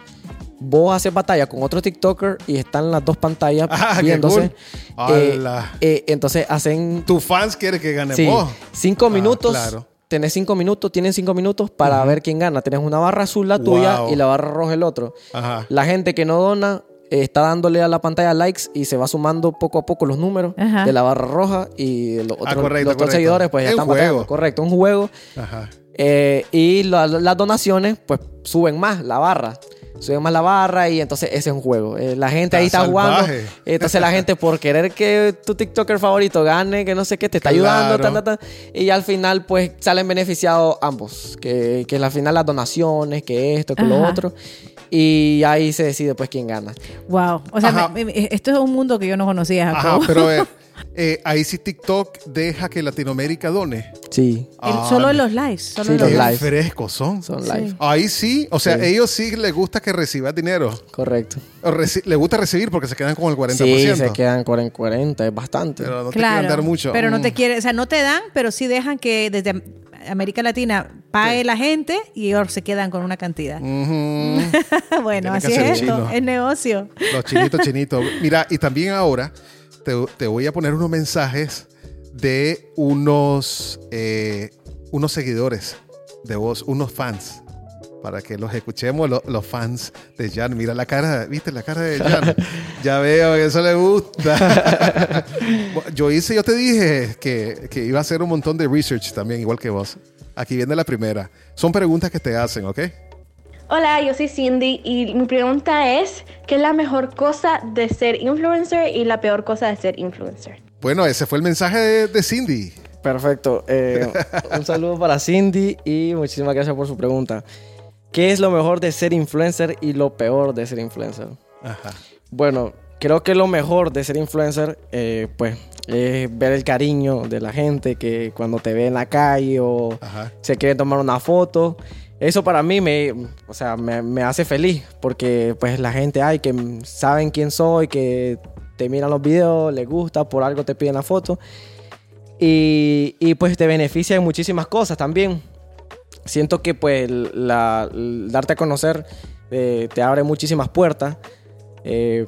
[SPEAKER 5] Vos haces batalla con otro TikToker y están las dos pantallas
[SPEAKER 3] Ah, qué
[SPEAKER 5] viéndose.
[SPEAKER 3] cool.
[SPEAKER 5] Eh,
[SPEAKER 3] Ala.
[SPEAKER 5] eh, entonces hacen
[SPEAKER 3] Tus fans quieren que ganemos.
[SPEAKER 5] sí, cinco
[SPEAKER 3] Ah,
[SPEAKER 5] minutos.
[SPEAKER 3] claro.
[SPEAKER 5] Tenés cinco minutos, tienen cinco minutos para ver quién gana. Tenés una barra azul la tuya
[SPEAKER 3] Wow.
[SPEAKER 5] y la barra roja el otro.
[SPEAKER 3] Ajá.
[SPEAKER 5] La gente que no dona eh, está dándole a la pantalla likes y se va sumando poco a poco los números
[SPEAKER 4] Ajá.
[SPEAKER 5] de la barra roja y los otros
[SPEAKER 3] Ah, correcto,
[SPEAKER 5] los otros
[SPEAKER 3] correcto.
[SPEAKER 5] seguidores pues ya
[SPEAKER 3] Es un
[SPEAKER 5] están batallando.
[SPEAKER 3] juego.
[SPEAKER 5] Correcto, un juego.
[SPEAKER 3] Ajá.
[SPEAKER 5] Eh, y la- las donaciones pues suben más la barra. Suben más la barra y entonces ese es un juego. Eh, la gente ahí
[SPEAKER 3] Está
[SPEAKER 5] está jugando.
[SPEAKER 3] salvaje.
[SPEAKER 5] Entonces la gente por querer que tu TikToker favorito gane, que no sé qué, te está
[SPEAKER 3] Claro.
[SPEAKER 5] ayudando, tan, tan, tan. y al final pues salen beneficiados ambos. Que, que al final las donaciones, que esto, que lo
[SPEAKER 4] Ajá.
[SPEAKER 5] otro. Y ahí se decide pues quién gana.
[SPEAKER 4] Wow. O sea,
[SPEAKER 3] Ajá.
[SPEAKER 4] me- me- esto es un mundo que yo no conocía,
[SPEAKER 3] Ajá,
[SPEAKER 4] Jacob.
[SPEAKER 3] pero eh, eh, ahí sí TikTok deja que Latinoamérica done.
[SPEAKER 5] Sí,
[SPEAKER 4] El-
[SPEAKER 3] ah,
[SPEAKER 4] solo en los lives. Solo
[SPEAKER 5] Sí,
[SPEAKER 4] en los
[SPEAKER 5] los
[SPEAKER 3] Qué
[SPEAKER 4] lives.
[SPEAKER 5] live.
[SPEAKER 3] frescos son.
[SPEAKER 5] son live.
[SPEAKER 3] Ahí sí, o sea,
[SPEAKER 5] Sí.
[SPEAKER 3] ellos sí les gusta que recibas dinero.
[SPEAKER 5] Correcto.
[SPEAKER 3] O reci- les gusta recibir porque se quedan con el 40%.
[SPEAKER 5] Sí, se quedan con 40, es bastante.
[SPEAKER 3] Pero no te
[SPEAKER 4] claro.
[SPEAKER 3] quieren dar mucho.
[SPEAKER 4] Pero no
[SPEAKER 3] Mm.
[SPEAKER 4] te quieren, o sea, no te dan, pero sí dejan que desde Am- América Latina pague la gente y ellos se quedan con una cantidad.
[SPEAKER 3] Ujú.
[SPEAKER 4] bueno,
[SPEAKER 3] Mm. Tienen que
[SPEAKER 4] así
[SPEAKER 3] hacer
[SPEAKER 4] es esto.
[SPEAKER 3] chino.
[SPEAKER 4] Es negocio.
[SPEAKER 3] Los chinitos, chinitos. Mira, y también ahora te, te voy a poner unos mensajes de unos, eh, unos seguidores de vos, unos fans, para que los escuchemos, lo- los fans de Jan. Mira la cara, ¿viste la cara de Jan? ya veo que eso le gusta. yo hice, yo te dije que, que iba a hacer un montón de research también, igual que vos. Aquí viene la primera. Son preguntas que te hacen, ¿ok?
[SPEAKER 8] Hola, yo soy Cindy y mi pregunta es, ¿qué es la mejor cosa de ser influencer y la peor cosa de ser influencer?
[SPEAKER 3] Bueno, ese fue el mensaje de- de Cindy.
[SPEAKER 5] Perfecto. eh, un saludo para Cindy y muchísimas gracias por su pregunta. ¿Qué es lo mejor de ser influencer y lo peor de ser influencer?
[SPEAKER 3] Ajá.
[SPEAKER 5] Bueno, creo que lo mejor de ser influencer, eh, pues, es ver el cariño de la gente que cuando te ve en la calle o
[SPEAKER 3] Ajá.
[SPEAKER 5] se quieren tomar una foto. Eso para mí me, o sea, me, me hace feliz porque pues la gente, ay, que m- saben quién soy, que te miran los videos, les gusta, por algo te piden la foto. Y, y, pues te beneficia en muchísimas cosas también. Siento que pues la- el darte a conocer eh, te abre muchísimas puertas. eh,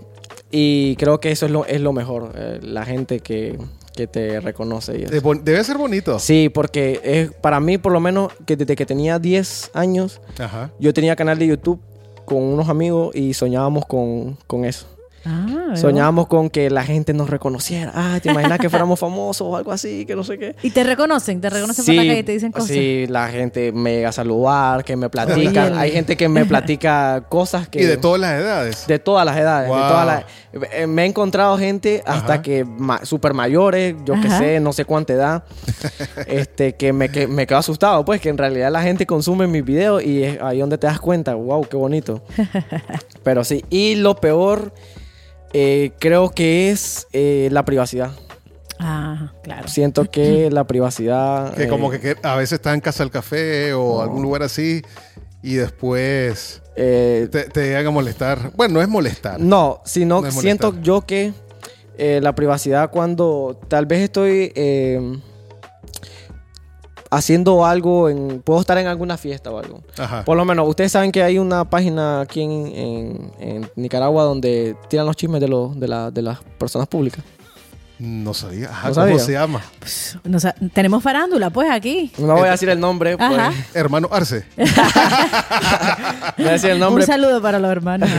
[SPEAKER 5] y creo que eso es lo, es lo mejor, eh, la gente que, que te reconoce. y eso.
[SPEAKER 3] Es bon- Debe ser bonito.
[SPEAKER 5] Sí, porque es, para mí, por lo menos, que desde que tenía 10 años,
[SPEAKER 3] Ajá.
[SPEAKER 5] yo tenía canal de YouTube con unos amigos y soñábamos con, con eso.
[SPEAKER 4] Ah,
[SPEAKER 5] Soñábamos con que la gente nos reconociera. Ah, te imaginas que fuéramos famosos o algo así, que no sé qué.
[SPEAKER 4] Y te reconocen, te reconocen por la calle y te dicen cosas.
[SPEAKER 5] Sí, la gente me llega a saludar, que me platican. Hay gente que me platica cosas que...
[SPEAKER 3] Y de todas las edades.
[SPEAKER 5] De todas las edades. de
[SPEAKER 3] Wow.
[SPEAKER 5] todas las- eh, me he encontrado gente hasta
[SPEAKER 3] Ajá.
[SPEAKER 5] que ma- super mayores, yo que
[SPEAKER 4] Ajá.
[SPEAKER 5] sé, no sé cuánta edad, este, que me, que me quedo asustado, pues que en realidad la gente consume mis videos y es ahí donde te das cuenta, wow, qué bonito. Pero sí, y lo peor eh, creo que es eh, la privacidad.
[SPEAKER 4] Ah, claro.
[SPEAKER 5] Siento que la privacidad...
[SPEAKER 3] que
[SPEAKER 5] eh,
[SPEAKER 3] como que, que a veces está en casa del café o algún lugar así y después
[SPEAKER 5] eh,
[SPEAKER 3] te, te llegan a molestar. Bueno, no es molestar.
[SPEAKER 5] No, sino
[SPEAKER 3] No es
[SPEAKER 5] siento
[SPEAKER 3] molestar.
[SPEAKER 5] yo que eh, la privacidad cuando tal vez estoy eh, haciendo algo, en, puedo estar en alguna fiesta o algo.
[SPEAKER 3] Ajá.
[SPEAKER 5] Por lo menos, ustedes saben que hay una página aquí en, en- en Nicaragua donde tiran los chismes de, los, de, la- de las personas públicas.
[SPEAKER 3] No sabía. Ajá,
[SPEAKER 5] No
[SPEAKER 3] ¿Cómo
[SPEAKER 5] sabía.
[SPEAKER 3] se llama?
[SPEAKER 4] Pues, no sa- tenemos farándula, pues, aquí.
[SPEAKER 5] No voy a decir el nombre, pues.
[SPEAKER 4] Ajá.
[SPEAKER 3] Hermano Arce.
[SPEAKER 5] Voy a decir el nombre.
[SPEAKER 4] Un saludo para los hermanos.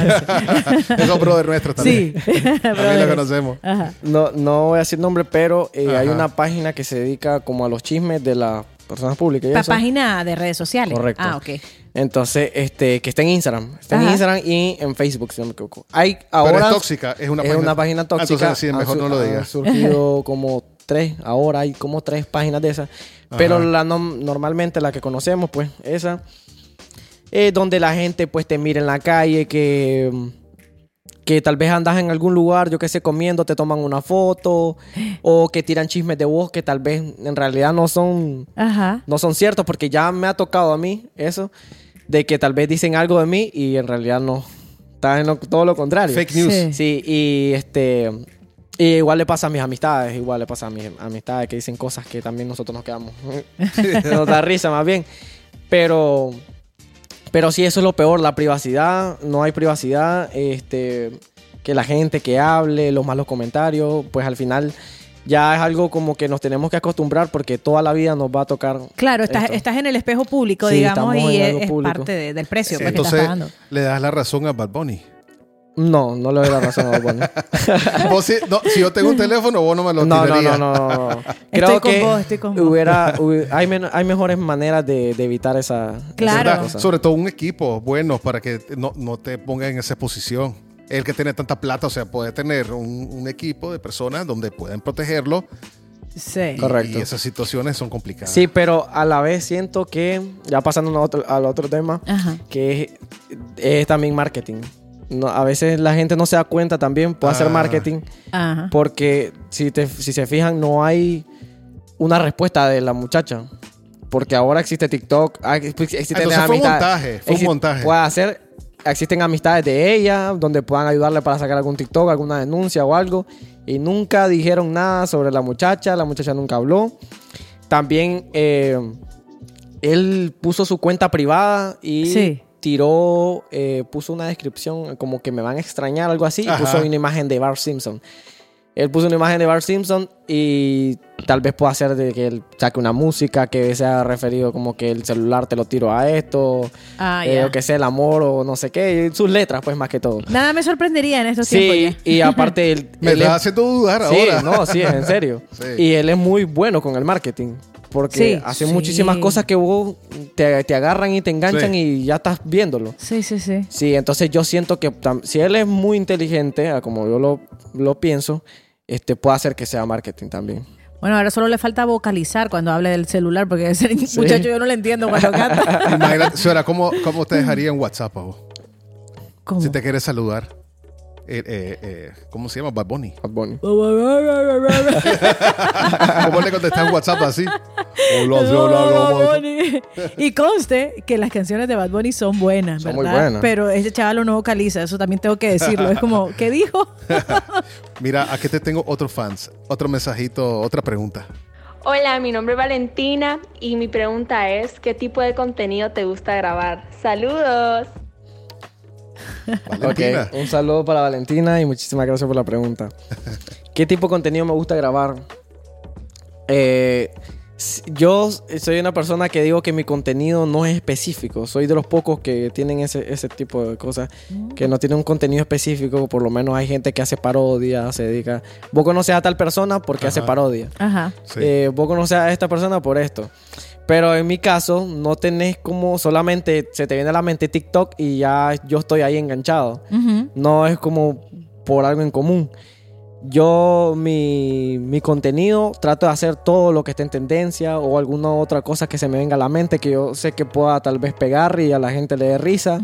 [SPEAKER 3] es un brother nuestro
[SPEAKER 4] sí.
[SPEAKER 3] también. También lo conocemos.
[SPEAKER 4] Ajá.
[SPEAKER 5] No, no voy a decir nombre, pero eh, hay
[SPEAKER 3] Ajá.
[SPEAKER 5] una página que se dedica como a los chismes de las personas públicas. y
[SPEAKER 4] Pa-
[SPEAKER 5] eso.
[SPEAKER 4] página de redes sociales.
[SPEAKER 5] Correcto.
[SPEAKER 4] Ah, ok.
[SPEAKER 5] Entonces, este, que está en Instagram. Está en
[SPEAKER 4] Ajá.
[SPEAKER 5] Instagram y en Facebook, si no me equivoco. Hay
[SPEAKER 3] Pero
[SPEAKER 5] ahora.
[SPEAKER 3] es tóxica. Es una
[SPEAKER 5] es
[SPEAKER 3] página, Ah,
[SPEAKER 5] una página tóxica.
[SPEAKER 3] Entonces, sí,
[SPEAKER 5] Han
[SPEAKER 3] mejor
[SPEAKER 5] su-
[SPEAKER 3] no lo
[SPEAKER 5] han
[SPEAKER 3] digas.
[SPEAKER 5] surgido como tres. Ahora hay como tres páginas de esas. Pero la nom- normalmente la que conocemos, pues, esa. Es donde la gente, pues, te mira en la calle, que. Que tal vez andas en algún lugar, yo qué sé, comiendo, te toman una foto. O que tiran chismes de vos que tal vez en realidad no son
[SPEAKER 4] Ajá.
[SPEAKER 5] no son ciertos porque ya me ha tocado a mí eso de que tal vez dicen algo de mí y en realidad no está en lo- todo lo contrario
[SPEAKER 3] Fake news.
[SPEAKER 4] Sí.
[SPEAKER 5] sí y este y igual le pasa a mis amistades igual le pasa a mis amistades que dicen cosas que también nosotros nos quedamos nos da risa más bien pero pero sí eso es lo peor la privacidad no hay privacidad este que la gente que hable los malos comentarios pues al final ya es algo como que nos tenemos que acostumbrar porque toda la vida nos va a tocar
[SPEAKER 4] Claro, estás,
[SPEAKER 5] esto.
[SPEAKER 4] estás en el espejo público,
[SPEAKER 5] Sí,
[SPEAKER 4] digamos,
[SPEAKER 5] estamos
[SPEAKER 4] y
[SPEAKER 5] en
[SPEAKER 4] es,
[SPEAKER 5] algo
[SPEAKER 4] es
[SPEAKER 5] público.
[SPEAKER 4] parte de- del precio pues, que estás
[SPEAKER 3] Entonces,
[SPEAKER 4] pagando.
[SPEAKER 3] le das la razón a Bad Bunny.
[SPEAKER 5] No, no le doy la razón a Bad Bunny.
[SPEAKER 3] Vos si, no, si yo tengo un teléfono, vos no me lo
[SPEAKER 5] no, no, no,
[SPEAKER 3] tirarías.
[SPEAKER 5] no, no, no. Creo
[SPEAKER 4] con
[SPEAKER 5] que
[SPEAKER 4] vos, estoy con vos.
[SPEAKER 5] hubiera, hubi- hay, men- hay mejores maneras de, de evitar esa.
[SPEAKER 4] Claro.
[SPEAKER 5] esas
[SPEAKER 3] ¿Verdad?
[SPEAKER 5] cosas.
[SPEAKER 3] Sobre todo un equipo bueno para que no, no te pongan en esa posición. El que tiene tanta plata, o sea, puede tener un, un equipo de personas donde pueden protegerlo.
[SPEAKER 4] Sí.
[SPEAKER 3] y-
[SPEAKER 5] Correcto.
[SPEAKER 3] Y esas situaciones son complicadas.
[SPEAKER 5] Sí, pero a la vez siento que, ya pasando a otro- al otro tema,
[SPEAKER 4] Ajá.
[SPEAKER 5] que es, es también marketing. No, a veces la gente no se da cuenta también, puede hacer
[SPEAKER 3] Ah.
[SPEAKER 5] marketing,
[SPEAKER 4] Ajá.
[SPEAKER 5] porque si, te, si se fijan, no hay una respuesta de la muchacha. Porque ahora existe TikTok, ah, existe
[SPEAKER 3] Entonces fue un montaje, fue un montaje.
[SPEAKER 5] Puede hacer, existen amistades de ella, donde puedan ayudarle para sacar algún TikTok, alguna denuncia o algo. Y nunca dijeron nada sobre la muchacha, la muchacha nunca habló. También eh, él puso su cuenta privada y
[SPEAKER 4] Sí.
[SPEAKER 5] tiró, eh, puso una descripción como que me van a extrañar, algo así,
[SPEAKER 3] Ajá.
[SPEAKER 5] y puso una imagen de Bart Simpson. Él puso una imagen de Bart Simpson y tal vez pueda hacer de que él saque una música que sea referido como que el celular te lo tiro a esto,
[SPEAKER 4] Ah,
[SPEAKER 5] eh,
[SPEAKER 4] ya.
[SPEAKER 5] o que sea el amor o no sé qué, sus letras pues más que todo.
[SPEAKER 4] Nada me sorprendería en estos
[SPEAKER 5] Sí,
[SPEAKER 4] tiempos. ya.
[SPEAKER 5] y aparte él,
[SPEAKER 3] Me
[SPEAKER 5] él es-
[SPEAKER 3] estás haciendo dudar
[SPEAKER 5] em- Sí,
[SPEAKER 3] ahora.
[SPEAKER 5] no, sí, es en serio.
[SPEAKER 3] Sí.
[SPEAKER 5] Y él es muy bueno con el marketing. Porque
[SPEAKER 4] Sí.
[SPEAKER 5] hace
[SPEAKER 4] Sí.
[SPEAKER 5] muchísimas cosas que vos te, te agarran y te enganchan
[SPEAKER 3] Sí.
[SPEAKER 5] y ya estás viéndolo.
[SPEAKER 4] Sí, sí, sí.
[SPEAKER 5] Sí, entonces yo siento que tam- si él es muy inteligente, a como yo lo, lo pienso, este puede hacer que sea marketing también.
[SPEAKER 4] Bueno, ahora solo le falta vocalizar cuando hable del celular, porque ese muchacho yo no le entiendo cuando canta.
[SPEAKER 3] Imagínate, señora, ¿cómo, ¿cómo te dejaría en WhatsApp a vos?
[SPEAKER 4] ¿Cómo?
[SPEAKER 3] Si te quieres saludar. Eh, eh, eh, ¿Cómo se llama? Bad Bunny.
[SPEAKER 5] Bad Bunny.
[SPEAKER 3] ¿Cómo le contestas en WhatsApp así? Hola, hola, hola,
[SPEAKER 4] Bad
[SPEAKER 3] hola.
[SPEAKER 4] Bunny. Y conste que las canciones de Bad Bunny son buenas,
[SPEAKER 5] Son
[SPEAKER 4] ¿verdad?
[SPEAKER 5] muy buenas.
[SPEAKER 4] Pero ese chaval no vocaliza, eso también tengo que decirlo. Es como, ¿qué dijo?
[SPEAKER 3] Mira, aquí te tengo otro fans, otro mensajito, otra pregunta.
[SPEAKER 8] Hola, mi nombre es Valentina y mi pregunta es, ¿qué tipo de contenido te gusta grabar? Saludos.
[SPEAKER 3] Valentina.
[SPEAKER 5] Ok, Eh, un saludo para Valentina y muchísimas gracias por la pregunta. ¿Qué tipo de contenido me gusta grabar? Eh, s- yo soy una persona que digo que mi contenido no es específico. Soy de los pocos que tienen ese, ese tipo de cosas. Que no tienen un contenido específico. Por lo menos hay gente que hace parodia, se dedica. Vos conoces a tal persona porque hace
[SPEAKER 3] Ajá.
[SPEAKER 5] parodia.
[SPEAKER 4] Ajá.
[SPEAKER 3] Sí.
[SPEAKER 5] Eh, vos conoces a esta persona por esto. Pero en mi caso, no tenés como solamente se te viene a la mente TikTok y ya yo estoy ahí enganchado.
[SPEAKER 4] Ujú.
[SPEAKER 5] No es como por algo en común. Yo, mi, mi contenido, trato de hacer todo lo que esté en tendencia o alguna otra cosa que se me venga a la mente que yo sé que pueda tal vez pegar y a la gente le dé risa.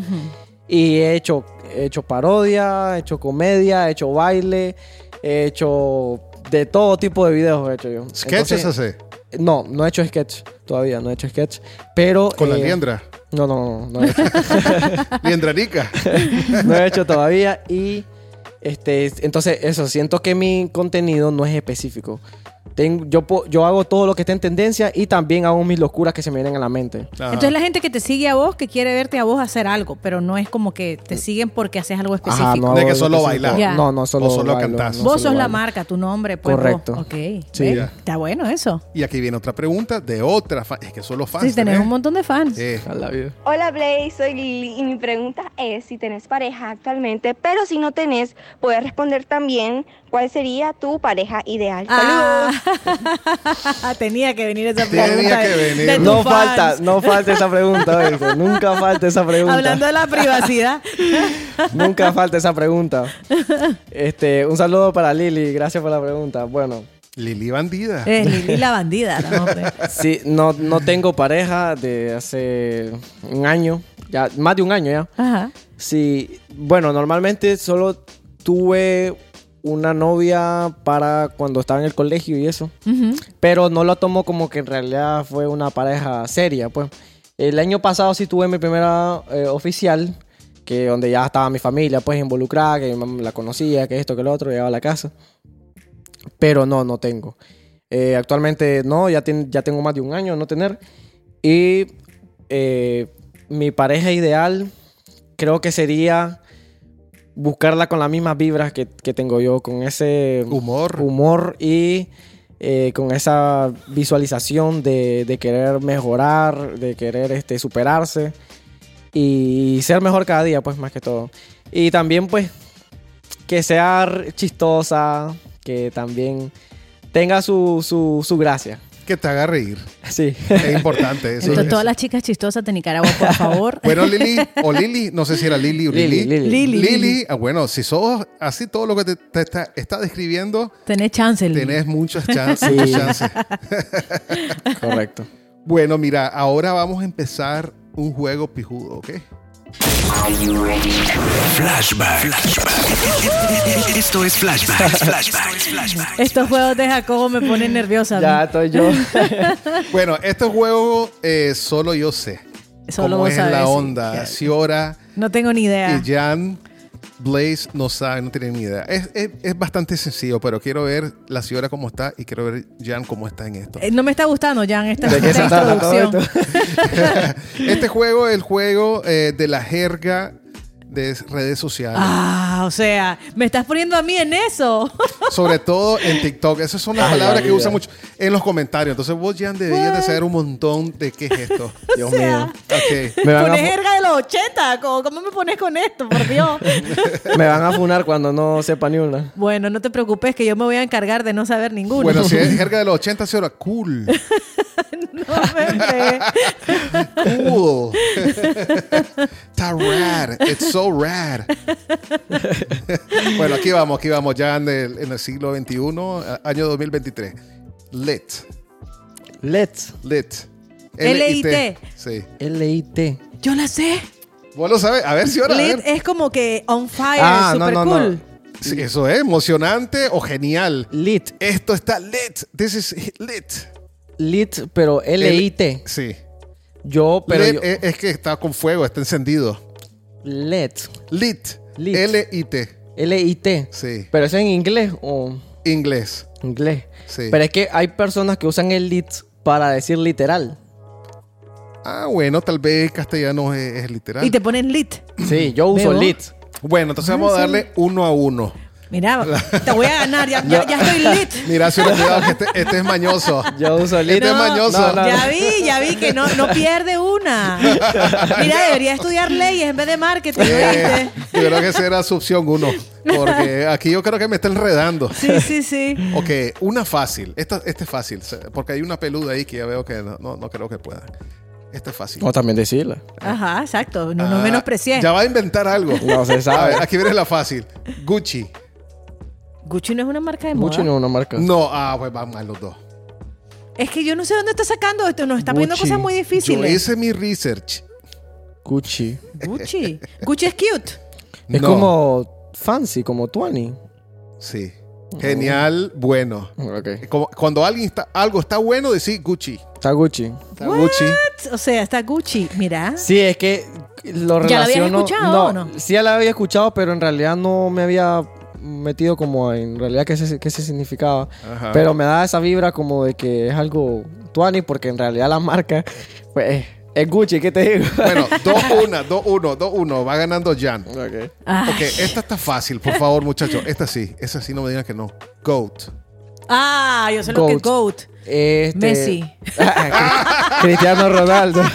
[SPEAKER 5] Y he hecho, he hecho parodia, he hecho comedia, he hecho baile, he hecho de todo tipo de videos. He hecho yo.
[SPEAKER 3] Sketches
[SPEAKER 5] Entonces,
[SPEAKER 3] hace
[SPEAKER 5] No, no he hecho sketch todavía, no he hecho sketch. Pero.
[SPEAKER 3] con la
[SPEAKER 5] eh,
[SPEAKER 3] liendra,
[SPEAKER 5] No, no, no, no he hecho.
[SPEAKER 3] liendranica.
[SPEAKER 5] no he hecho todavía y Este, es- entonces, eso, siento que mi contenido no es específico. Tengo, yo, po- yo hago todo lo que está en tendencia y también hago mis locuras que se me vienen a la mente.
[SPEAKER 3] Ajá.
[SPEAKER 4] Entonces la gente que te sigue a vos, que quiere verte a vos hacer algo, pero no es como que te siguen porque haces algo específico.
[SPEAKER 5] Ajá, no
[SPEAKER 3] De
[SPEAKER 5] hago
[SPEAKER 3] que
[SPEAKER 5] lo
[SPEAKER 3] solo
[SPEAKER 5] específico.
[SPEAKER 3] bailas.
[SPEAKER 4] Ya.
[SPEAKER 5] No, no solo,
[SPEAKER 3] O solo
[SPEAKER 5] bailo,
[SPEAKER 3] cantás.
[SPEAKER 5] no
[SPEAKER 4] vos
[SPEAKER 5] solo
[SPEAKER 4] sos la
[SPEAKER 5] bailo.
[SPEAKER 4] marca, tu nombre, pues,
[SPEAKER 5] Correcto.
[SPEAKER 4] vos. Ok.
[SPEAKER 5] Sí.
[SPEAKER 4] Ve,
[SPEAKER 3] Ya.
[SPEAKER 4] Está bueno eso.
[SPEAKER 3] Y aquí viene otra pregunta de otra fan. Es que son los fans.
[SPEAKER 4] Sí, tenés un montón de fans.
[SPEAKER 3] Eh,
[SPEAKER 5] A la vida.
[SPEAKER 8] Hola Blaze, soy Lili y mi pregunta es si tenés pareja actualmente, pero si no tenés, puedes responder también cuál sería tu pareja ideal.
[SPEAKER 4] Ah.
[SPEAKER 8] Saludos.
[SPEAKER 4] Tenía que venir esa
[SPEAKER 3] Tenía
[SPEAKER 4] pregunta.
[SPEAKER 3] que
[SPEAKER 4] de-
[SPEAKER 3] venir.
[SPEAKER 4] de tus
[SPEAKER 5] No
[SPEAKER 4] fans.
[SPEAKER 5] falta, no falta esa pregunta, oíste. Nunca falta esa pregunta.
[SPEAKER 4] Hablando de la privacidad.
[SPEAKER 5] Nunca falta esa pregunta. Este, un saludo para Lili, gracias por la pregunta. Bueno,
[SPEAKER 3] Lili Bandida.
[SPEAKER 4] Es eh, Lili la bandida. la mujer.
[SPEAKER 5] sí, no, no tengo pareja de hace un año, ya, más de un año ya.
[SPEAKER 4] Ajá.
[SPEAKER 5] Sí, bueno, normalmente solo tuve una novia para cuando estaba en el colegio y eso.
[SPEAKER 4] Ujú.
[SPEAKER 5] Pero no lo tomo como que en realidad fue una pareja seria, pues. El año pasado sí tuve mi primera eh, oficial, que donde ya estaba mi familia, pues, involucrada, que mi mamá la conocía, que esto, que lo otro, llegaba a la casa. Pero no, no tengo. Eh, actualmente no, ya, ten- ya tengo más de un año de no tener. Y eh, mi pareja ideal creo que sería buscarla con las mismas vibras que, que tengo yo, con ese
[SPEAKER 3] Humor.
[SPEAKER 5] humor y eh, con esa visualización de, de querer mejorar, de querer este, superarse y ser mejor cada día, pues más que todo. Y también pues que sea r- chistosa, que también tenga su, su, su gracia.
[SPEAKER 3] Que te haga reír.
[SPEAKER 5] Sí.
[SPEAKER 3] Es importante eso.
[SPEAKER 4] Entonces,
[SPEAKER 3] eso.
[SPEAKER 4] todas las chicas chistosas de Nicaragua, por favor.
[SPEAKER 3] Bueno, Lili, o Lili, no sé si era Lili o Lili.
[SPEAKER 5] Lili, Lili.
[SPEAKER 4] Lili.
[SPEAKER 3] Lili, ah, bueno, si sos así todo lo que te, te está, está describiendo,
[SPEAKER 4] Tenés chance, Lili.
[SPEAKER 3] tenés muchas chances.
[SPEAKER 5] Sí.
[SPEAKER 3] muchas chances.
[SPEAKER 5] Correcto.
[SPEAKER 3] Bueno, mira, ahora vamos a empezar un juego pijudo, ¿ok?
[SPEAKER 2] Flashback. Flashback. Esto es flashback. Flashback.
[SPEAKER 4] Estos juegos de Jacobo me ponen nerviosa. a mí.
[SPEAKER 5] Ya estoy yo.
[SPEAKER 3] Bueno, este juego eh, solo yo sé.
[SPEAKER 4] Solo
[SPEAKER 3] cómo
[SPEAKER 4] vos
[SPEAKER 3] es
[SPEAKER 4] sabés,
[SPEAKER 3] la
[SPEAKER 4] sí.
[SPEAKER 3] onda.
[SPEAKER 4] Ya.
[SPEAKER 3] Ciora
[SPEAKER 4] No tengo ni idea.
[SPEAKER 3] y Jan Blaze no saben, no tienen ni idea. Es, es- es bastante sencillo, pero quiero ver la Ciora cómo está y quiero ver Jan cómo está en esto.
[SPEAKER 4] Eh, No me está gustando, Jan, esta,
[SPEAKER 5] ¿De qué
[SPEAKER 4] esta
[SPEAKER 5] se trata todo
[SPEAKER 4] introducción.
[SPEAKER 5] esto?
[SPEAKER 3] este juego es el juego eh, de la jerga de redes sociales.
[SPEAKER 4] Ah, o sea, me estás poniendo a mí en eso.
[SPEAKER 3] Sobre todo en TikTok. Esa es una
[SPEAKER 5] Ay,
[SPEAKER 3] palabra
[SPEAKER 5] la
[SPEAKER 3] que usa
[SPEAKER 5] vida.
[SPEAKER 3] mucho en los comentarios. Entonces vos, Jan, deberías de saber un montón de qué es esto.
[SPEAKER 5] Dios mío.
[SPEAKER 3] Ok.
[SPEAKER 5] Me van,
[SPEAKER 4] Pones
[SPEAKER 5] a,
[SPEAKER 4] jerga de los 80. ¿Cómo, cómo me pones con esto? Por Dios.
[SPEAKER 5] fu- me van a funar cuando no sepa ni una.
[SPEAKER 4] bueno, no te preocupes, que yo me voy a encargar de no saber ninguno.
[SPEAKER 3] Bueno,
[SPEAKER 5] ¿eh?
[SPEAKER 3] si es jerga de los 80, Ciora, cool.
[SPEAKER 4] No, bebé.
[SPEAKER 3] Cool. Está rad. It's so rad. bueno, aquí vamos, aquí vamos. Ya en el, en el siglo XXI, a- año 2023. Lit.
[SPEAKER 5] Let's.
[SPEAKER 3] Lit.
[SPEAKER 4] L-I-T.
[SPEAKER 3] Sí.
[SPEAKER 5] L-I-T.
[SPEAKER 4] Yo la sé.
[SPEAKER 3] Vos lo sabes. A ver, Ciora. a
[SPEAKER 4] Lit eh.
[SPEAKER 3] ver.
[SPEAKER 4] es como que on fire,
[SPEAKER 5] Ah, no,
[SPEAKER 4] super
[SPEAKER 5] no, no.
[SPEAKER 4] cool.
[SPEAKER 3] Sí, eso es emocionante o genial.
[SPEAKER 5] Lit.
[SPEAKER 3] Esto está lit. This is lit.
[SPEAKER 5] Lit, pero L-I-T.
[SPEAKER 3] Sí.
[SPEAKER 5] Yo, pero
[SPEAKER 3] Lit
[SPEAKER 5] yo. E
[SPEAKER 3] es, es que está con fuego, está encendido.
[SPEAKER 5] Let.
[SPEAKER 3] Lit.
[SPEAKER 5] Lit.
[SPEAKER 3] L-I-T.
[SPEAKER 5] L-I-T.
[SPEAKER 3] Sí.
[SPEAKER 5] Pero eso en inglés o
[SPEAKER 3] Inglés.
[SPEAKER 5] inglés.
[SPEAKER 3] Sí.
[SPEAKER 5] Pero es que hay personas que usan el lit para decir literal.
[SPEAKER 3] Ah, bueno, tal vez castellano es, es
[SPEAKER 5] Ah.
[SPEAKER 3] literal.
[SPEAKER 4] Y te ponen lit.
[SPEAKER 5] Sí, yo uso
[SPEAKER 4] ¿Bebo?
[SPEAKER 5] lit.
[SPEAKER 3] Bueno, entonces vamos a darle uno a uno.
[SPEAKER 4] Mira, te voy a ganar. Ya, ya- ya estoy lit.
[SPEAKER 3] Mira, si cuidado que este, este es mañoso.
[SPEAKER 5] Yo uso lit.
[SPEAKER 3] Este es mañoso.
[SPEAKER 5] No, no,
[SPEAKER 4] Ya vi, ya vi que no, no pierde una. Mira, debería estudiar leyes en vez de marketing.
[SPEAKER 3] Eh,
[SPEAKER 4] ¿oíste?
[SPEAKER 3] yo creo que esa era su opción uno. Porque aquí yo creo que me está enredando.
[SPEAKER 4] Sí, sí, sí.
[SPEAKER 3] Ok, una fácil. Esta, esta es fácil. se- Porque hay una peluda ahí que ya veo que no, no, no creo que pueda. Esta es fácil.
[SPEAKER 5] O también decirla.
[SPEAKER 4] Ajá, exacto. No, no
[SPEAKER 3] Ah,
[SPEAKER 4] menosprecié.
[SPEAKER 3] Ya va a inventar algo.
[SPEAKER 5] No se
[SPEAKER 3] A
[SPEAKER 5] sabe.
[SPEAKER 3] ver, aquí viene la fácil. Gucci.
[SPEAKER 4] Gucci no es una marca de moda.
[SPEAKER 5] Mucho no es una marca.
[SPEAKER 3] No, ah, pues van mal los dos.
[SPEAKER 4] Es que yo no sé dónde está sacando esto. Nos está poniendo
[SPEAKER 5] Gucci.
[SPEAKER 4] cosas muy
[SPEAKER 3] Yo
[SPEAKER 4] difíciles.
[SPEAKER 3] hice mi research.
[SPEAKER 5] Gucci.
[SPEAKER 4] Gucci. Gucci es cute.
[SPEAKER 5] Es
[SPEAKER 3] No.
[SPEAKER 5] como fancy, como Tuani.
[SPEAKER 3] Sí.
[SPEAKER 4] Mm.
[SPEAKER 3] Genial, bueno.
[SPEAKER 5] Ok.
[SPEAKER 3] Como- cuando alguien está, algo está bueno, decir Gucci.
[SPEAKER 5] Está Gucci.
[SPEAKER 3] Está Gucci.
[SPEAKER 4] O sea, está Gucci. Mira.
[SPEAKER 5] Sí, es que
[SPEAKER 4] ¿Ya
[SPEAKER 5] lo
[SPEAKER 4] la habías
[SPEAKER 5] relaciono.
[SPEAKER 4] escuchado o
[SPEAKER 5] no,
[SPEAKER 4] no?
[SPEAKER 5] Sí, ya la había escuchado, pero en realidad no me había metido como en realidad qué se, qué se significaba.
[SPEAKER 3] Ajá.
[SPEAKER 5] Pero me da esa vibra como de que es algo tuani porque en realidad la marca pues, es Gucci, ¿qué te digo?
[SPEAKER 3] Bueno, 2-1, 2-1, 2-1. Va ganando Jan.
[SPEAKER 5] Ok.
[SPEAKER 4] Ay.
[SPEAKER 3] Ok, esta está fácil, por favor, muchachos. Esta sí, esa sí no me digan que no. Goat.
[SPEAKER 4] Ah, yo sé lo que es GOAT.
[SPEAKER 5] Este-
[SPEAKER 4] Messi.
[SPEAKER 5] Cristiano Ronaldo.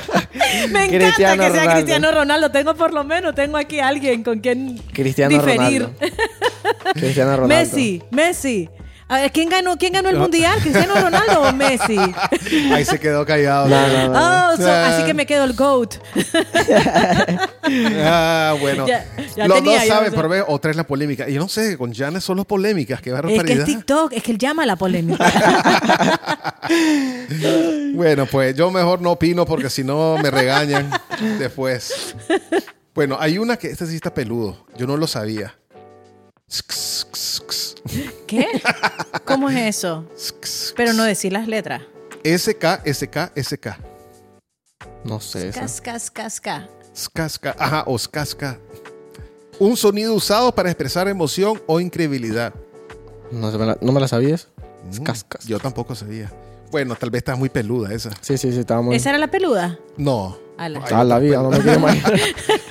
[SPEAKER 4] Me encanta
[SPEAKER 5] Cristiano
[SPEAKER 4] que sea
[SPEAKER 5] Ronaldo.
[SPEAKER 4] Cristiano Ronaldo. Tengo por lo menos, tengo aquí a alguien con quien
[SPEAKER 5] Cristiano
[SPEAKER 4] diferir.
[SPEAKER 5] Ronaldo. Cristiano Ronaldo.
[SPEAKER 4] Messi, Messi. A ver, ¿quién ganó, quién ganó el mundial? ¿Cristiano Ronaldo o Messi?
[SPEAKER 3] Ahí se quedó callado.
[SPEAKER 5] No, no, no.
[SPEAKER 4] Oh, so-
[SPEAKER 3] Ah.
[SPEAKER 4] así que me quedo el GOAT.
[SPEAKER 3] Ah, bueno.
[SPEAKER 4] Ya- ya
[SPEAKER 3] los
[SPEAKER 4] tenía,
[SPEAKER 3] dos
[SPEAKER 4] ya
[SPEAKER 3] saben,
[SPEAKER 4] sé.
[SPEAKER 3] pero ve, otra es la polémica. Yo no sé, con Janes son las polémicas, qué
[SPEAKER 4] Es que es
[SPEAKER 3] barbaridad.
[SPEAKER 4] TikTok, es que él llama a la polémica.
[SPEAKER 3] Bueno, pues yo mejor no opino porque si no me regañan después. Bueno, hay una que este sí está peludo. Yo no lo sabía.
[SPEAKER 4] ¿Qué? ¿Cómo es eso? Pero no decir las letras.
[SPEAKER 3] SK, SK, SK.
[SPEAKER 5] No sé. eso.
[SPEAKER 4] Cas, cas, cas, cas.
[SPEAKER 3] Skazka, ajá, o skazka. Un sonido usado para expresar emoción o incredulidad.
[SPEAKER 5] No, se me la, ¿no me la sabías?
[SPEAKER 3] Mm,
[SPEAKER 5] Skazka.
[SPEAKER 3] Yo tampoco sabía. Bueno, tal vez está muy peluda esa.
[SPEAKER 5] Sí, sí, sí, estaba muy...
[SPEAKER 4] ¿Esa era la peluda?
[SPEAKER 3] No.
[SPEAKER 4] A la-
[SPEAKER 3] Ay,
[SPEAKER 5] Ah, la vida, no me quiero imaginar.